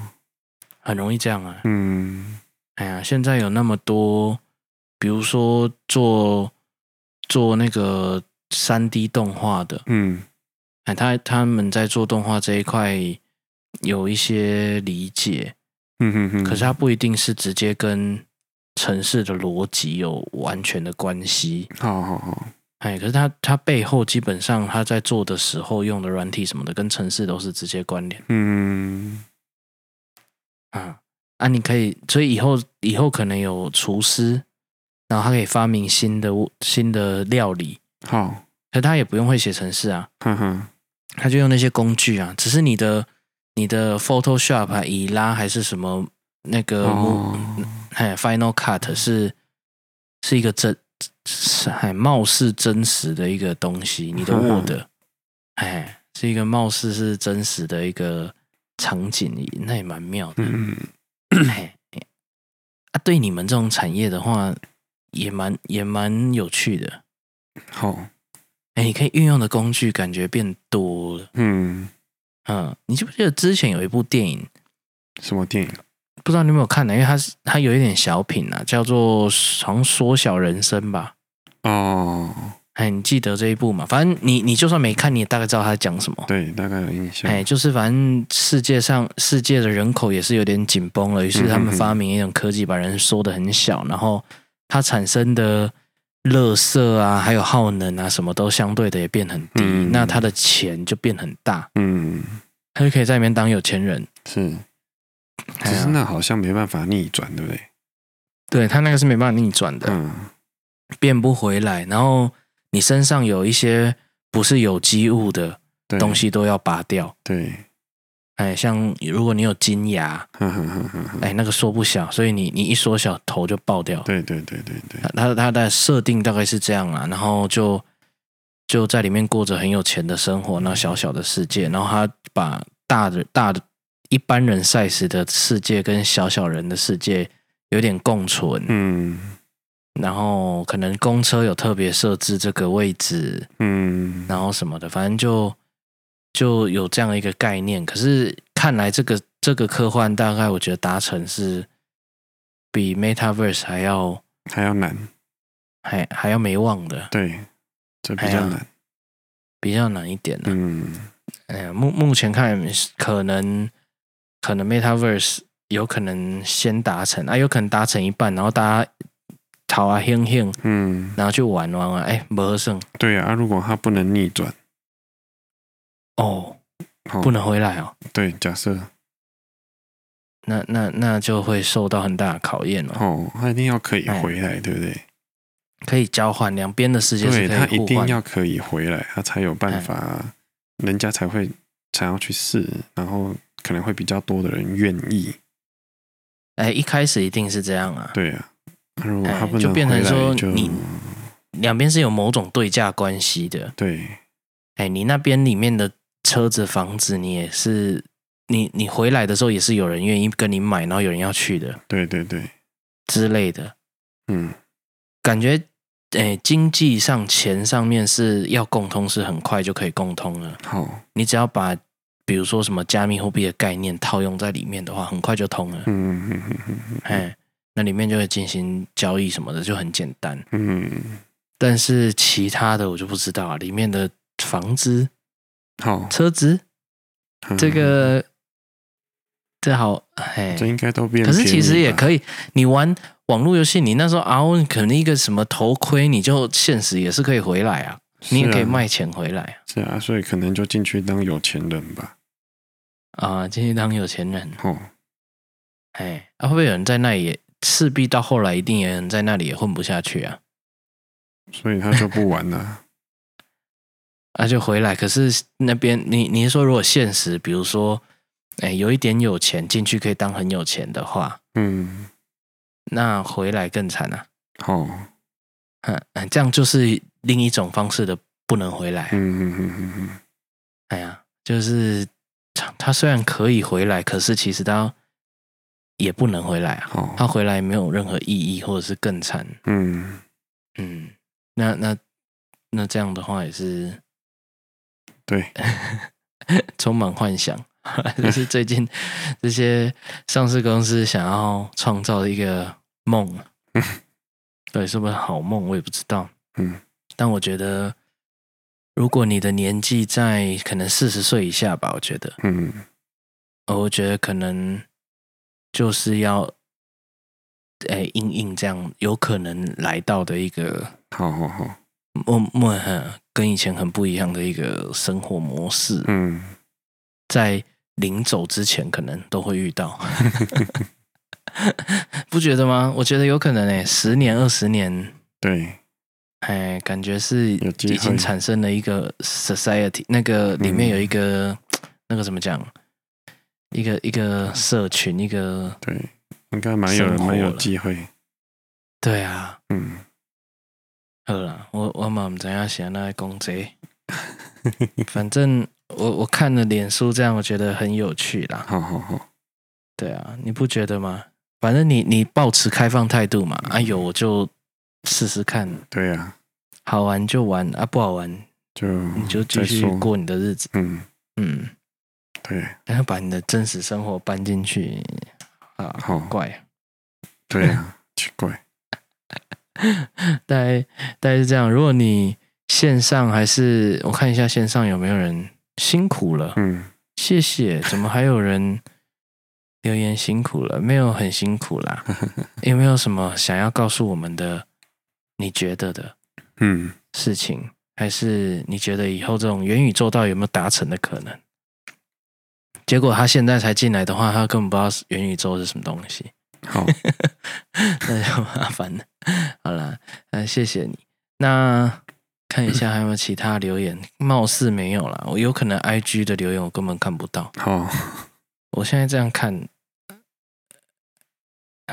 S1: 很容易这样啊。
S2: 嗯，
S1: 哎呀，现在有那么多，比如说做做那个三 D 动画的，
S2: 嗯，
S1: 哎，他他们在做动画这一块有一些理解，
S2: 嗯哼哼，
S1: 可是他不一定是直接跟城市的逻辑有完全的关系。
S2: 好好好，
S1: 哎，可是他他背后基本上他在做的时候用的软体什么的，跟城市都是直接关联。
S2: 嗯，
S1: 啊啊！你可以，所以以后以后可能有厨师，然后他可以发明新的新的料理，
S2: 好，
S1: 可他也不用会写程式啊，
S2: 呵呵，
S1: 他就用那些工具啊。只是你的你的 Photoshop 啊、以拉还是什么那个 Mo-
S2: 哦，
S1: 哎、Final Cut 是是一个真是哎貌似真实的一个东西，你的
S2: 嗯
S1: Word 哎是一个貌似是真实的一个场景，那也蛮妙的。
S2: 嗯，
S1: 嘿， 啊，对你们这种产业的话，也蛮也蛮有趣的。
S2: 好，
S1: 哎，你可以运用的工具感觉变多了。
S2: 嗯，
S1: 嗯，你记不记得之前有一部电影，
S2: 什么电影？
S1: 不知道你有没有看呢、啊因为它是它有一点小品啊，叫做好像缩小人生吧。
S2: 哦，
S1: 哎，你记得这一部嘛？反正你你就算没看，你也大概知道它在讲什么。
S2: 对，大概有印象。
S1: 哎，就是反正世界上世界的人口也是有点紧绷了，于是他
S2: 嗯
S1: 们
S2: 哼哼
S1: 发明一种科技，把人缩得很小，然后它产生的垃圾啊，还有耗能啊，什么都相对的也变很低，
S2: 嗯
S1: 那他的钱就变很大，
S2: 嗯，
S1: 他就可以在里面当有钱人。
S2: 是，
S1: 哎
S2: 只
S1: 呀
S2: 是那好像没办法逆转，对不对？
S1: 对他那个是没办法逆转的，
S2: 嗯，
S1: 变不回来。然后你身上有一些不是有机物的
S2: 对，
S1: 东，西都要拔掉。
S2: 对，
S1: 哎，像如果你有金牙，
S2: 呵呵呵呵呵，
S1: 哎，那个缩不小，所以你你一缩小头就爆掉。
S2: 嗯对对对对对，
S1: 他他他的设定大概是这样啊啦，然后就就在里面过着很有钱的生活，那小小的世界，然后他把大的大的一般人 size 的世界跟小小人的世界有点共存，
S2: 嗯
S1: 然后可能公车有特别设置这个位置，
S2: 嗯，
S1: 然后什么的，反正就就有这样一个概念。可是看来这个这个科幻大概我觉得达成是比 Metaverse 还要
S2: 还要难，
S1: 还还要没望的。
S2: 对，这比
S1: 哎呀
S2: 较难，
S1: 比较难一点呢、
S2: 嗯，
S1: 哎呀，目目前看可能可能 Metaverse 有可能先达成啊，有可能达成一半，然后大家讨啊兴兴，
S2: 嗯，
S1: 然后去玩玩玩，哎，没合胜
S2: 对啊，啊如果它不能逆转，
S1: 哦，
S2: 哦
S1: 不能回来哦，
S2: 对，假设
S1: 那那那就会受到很大的考验哦。哎
S2: 哦，它一定要可以回来，对不对？
S1: 可以交换两边的世界
S2: 对，
S1: 是
S2: 它
S1: 可以
S2: 一
S1: 互
S2: 定
S1: 换，
S2: 要可以回来，它才有办法，人家才会想要去试，然后可能会比较多的人愿意，
S1: 哎，一开始一定是这样啊，
S2: 对啊。啊如果
S1: 哎
S2: 它不
S1: 就
S2: 能回
S1: 变
S2: 来，
S1: 成说
S2: 就
S1: 你两边是有某种对价关系的。
S2: 对，
S1: 哎，你那边里面的车子、房子，你也是，你你回来的时候也是有人愿意跟你买，然后有人要去的
S2: 对对对，
S1: 之类的，
S2: 嗯，
S1: 感觉哎，经济上、钱上面是要共通，是很快就可以共通了。
S2: 好，
S1: 你只要把比如说什么加密货币的概念套用在里面的话，很快就通了。
S2: 嗯嗯嗯
S1: 哎，那里面就会进行交易什么的，就很简单。
S2: 嗯
S1: 但是其他的我就不知道，啊里面的房子、
S2: 好，
S1: 车子，
S2: 嗯
S1: 这个这好哎，
S2: 这应该都变
S1: 可
S2: 便宜吧。
S1: 是其实也可以，你玩网络游戏，你那时候熬，可能一个什么头盔，你就现实也是可以回来啊，
S2: 是啊，
S1: 你也可以卖钱回来啊
S2: 是啊，所以可能就进去当有钱人吧。
S1: 啊，进去当有钱人。
S2: 哦，
S1: 哎，啊、会不会有人在那里也？势必到后来一定有人在那里也混不下去啊，
S2: 所以他就不玩了。
S1: 啊就回来。可是那边你你是说，如果现实，比如说，哎，有一点有钱进去可以当很有钱的话，
S2: 嗯，
S1: 那回来更惨啊。
S2: 好，
S1: 嗯，嗯这样就是另一种方式的不能回来啊、
S2: 嗯嗯嗯嗯嗯，
S1: 哎呀，就是他他虽然可以回来，可是其实他也不能回来啊。他
S2: 好，
S1: 回来没有任何意义，或者是更惨。
S2: 嗯，
S1: 嗯，那那那这样的话也是
S2: 对，
S1: 充满幻想，就是最近这些上市公司想要创造的一个梦啊
S2: 嗯。
S1: 对，是不是好梦我也不知道。
S2: 嗯，
S1: 但我觉得，如果你的年纪在可能四十岁以下吧，我觉得，
S2: 嗯，
S1: 呃我觉得可能就是要，诶、应应这样有可能来到的一个
S2: 好好好，
S1: 莫莫很跟以前很不一样的一个生活模式，
S2: 嗯，
S1: 在临走之前可能都会遇 到，不觉得吗？我觉得有可能诶、十年二十年，
S2: 对，
S1: 哎、感觉是
S2: 有机会嗯
S1: 已经产生了一个 society，那个里面有一个、那个怎么讲，一个一个社群，一个
S2: 对，应该蛮有
S1: 生活
S2: 蛮有
S1: 了
S2: 机会。
S1: 对啊，
S2: 嗯，
S1: 好啦，我我嘛唔知影是安怎讲这个反正我我看了脸书这样，我觉得很有趣啦。
S2: 好好好，
S1: 对啊，你不觉得吗？反正你你保持开放态度嘛，
S2: 嗯
S1: 啊有我就试试看，
S2: 对呀，
S1: 好玩就玩啊，不好玩
S2: 就
S1: 你就继
S2: 嗯再
S1: 续
S2: 说
S1: 过你的日子。
S2: 嗯，
S1: 嗯，
S2: 对，
S1: 然后把你的真实生活搬进去啊，
S2: 好，
S1: 怪啊。
S2: 对呀，奇怪，
S1: 大概大概是这样。如果你线上还是我看一下线上有没有人辛苦了。
S2: 嗯，
S1: 谢谢，怎么还有人留言辛苦了？没有很辛苦啦。有没有什么想要告诉我们的？你觉得的
S2: 嗯，
S1: 事情，还是你觉得以后这种元宇宙到底有没有达成的可能？结果他现在才进来的话，他根本不知道元宇宙是什么东西，
S2: 好，
S1: 那就麻烦了。好啦，那谢谢你。那看一下还有没有其他留言，貌似没有啦。我有可能 I G 的留言我根本看不到。
S2: 好，
S1: 我现在这样看，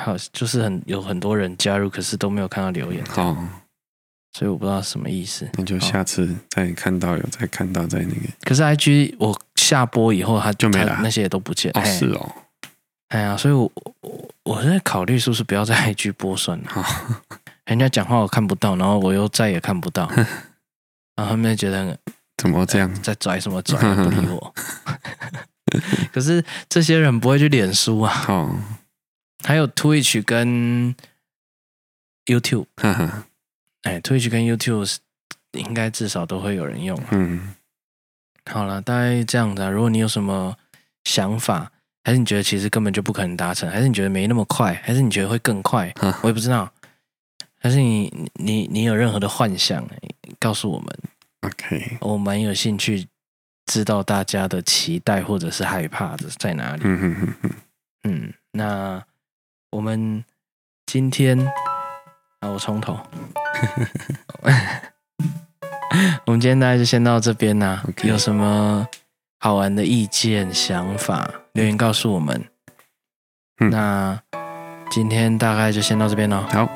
S1: 好，就是很有很多人加入，可是都没有看到留言，
S2: 好，
S1: 所以我不知道什么意思。
S2: 那就
S1: 好
S2: 下次再看到有再看到再那个。
S1: 可是 IG 我下播以后，它
S2: 就没了
S1: 它那些也都不见。
S2: 哦，
S1: 嘿
S2: 是哦，
S1: 哎呀，所以我我我在考虑是不是不要在 IG 播算了，
S2: 好，
S1: 人家讲话我看不到，然后我又再也看不 到，然后他们就觉得很
S2: 怎么这样？
S1: 在拽什么拽，啊不理 我。可是这些人不会去脸书啊，
S2: 好，
S1: 还有 Twitch 跟 YouTube。
S2: 哈哈，
S1: 哎，Twitch 跟 YouTube 是应该至少都会有人用啊。
S2: 嗯，
S1: 好了，大概这样子啊。如果你有什么想法，还是你觉得其实根本就不可能达成，还是你觉得没那么快，还是你觉得会更快，
S2: 哈，
S1: 我也不知道。还是你你你你有任何的幻想，哎告诉我们，
S2: OK，
S1: 我蛮有兴趣知道大家的期待或者是害怕的在哪里。
S2: 嗯哼哼哼，
S1: 嗯，那我们今天啊，我从 头，我们今天大概就先到这边啦、
S2: OK
S1: 有什么好玩的意见、想法，留言告诉我们。
S2: 嗯
S1: 那今天大概就先到这边喽。
S2: 好，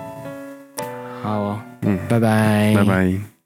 S1: 好、哦，
S2: 嗯，
S1: 拜拜，
S2: 拜拜。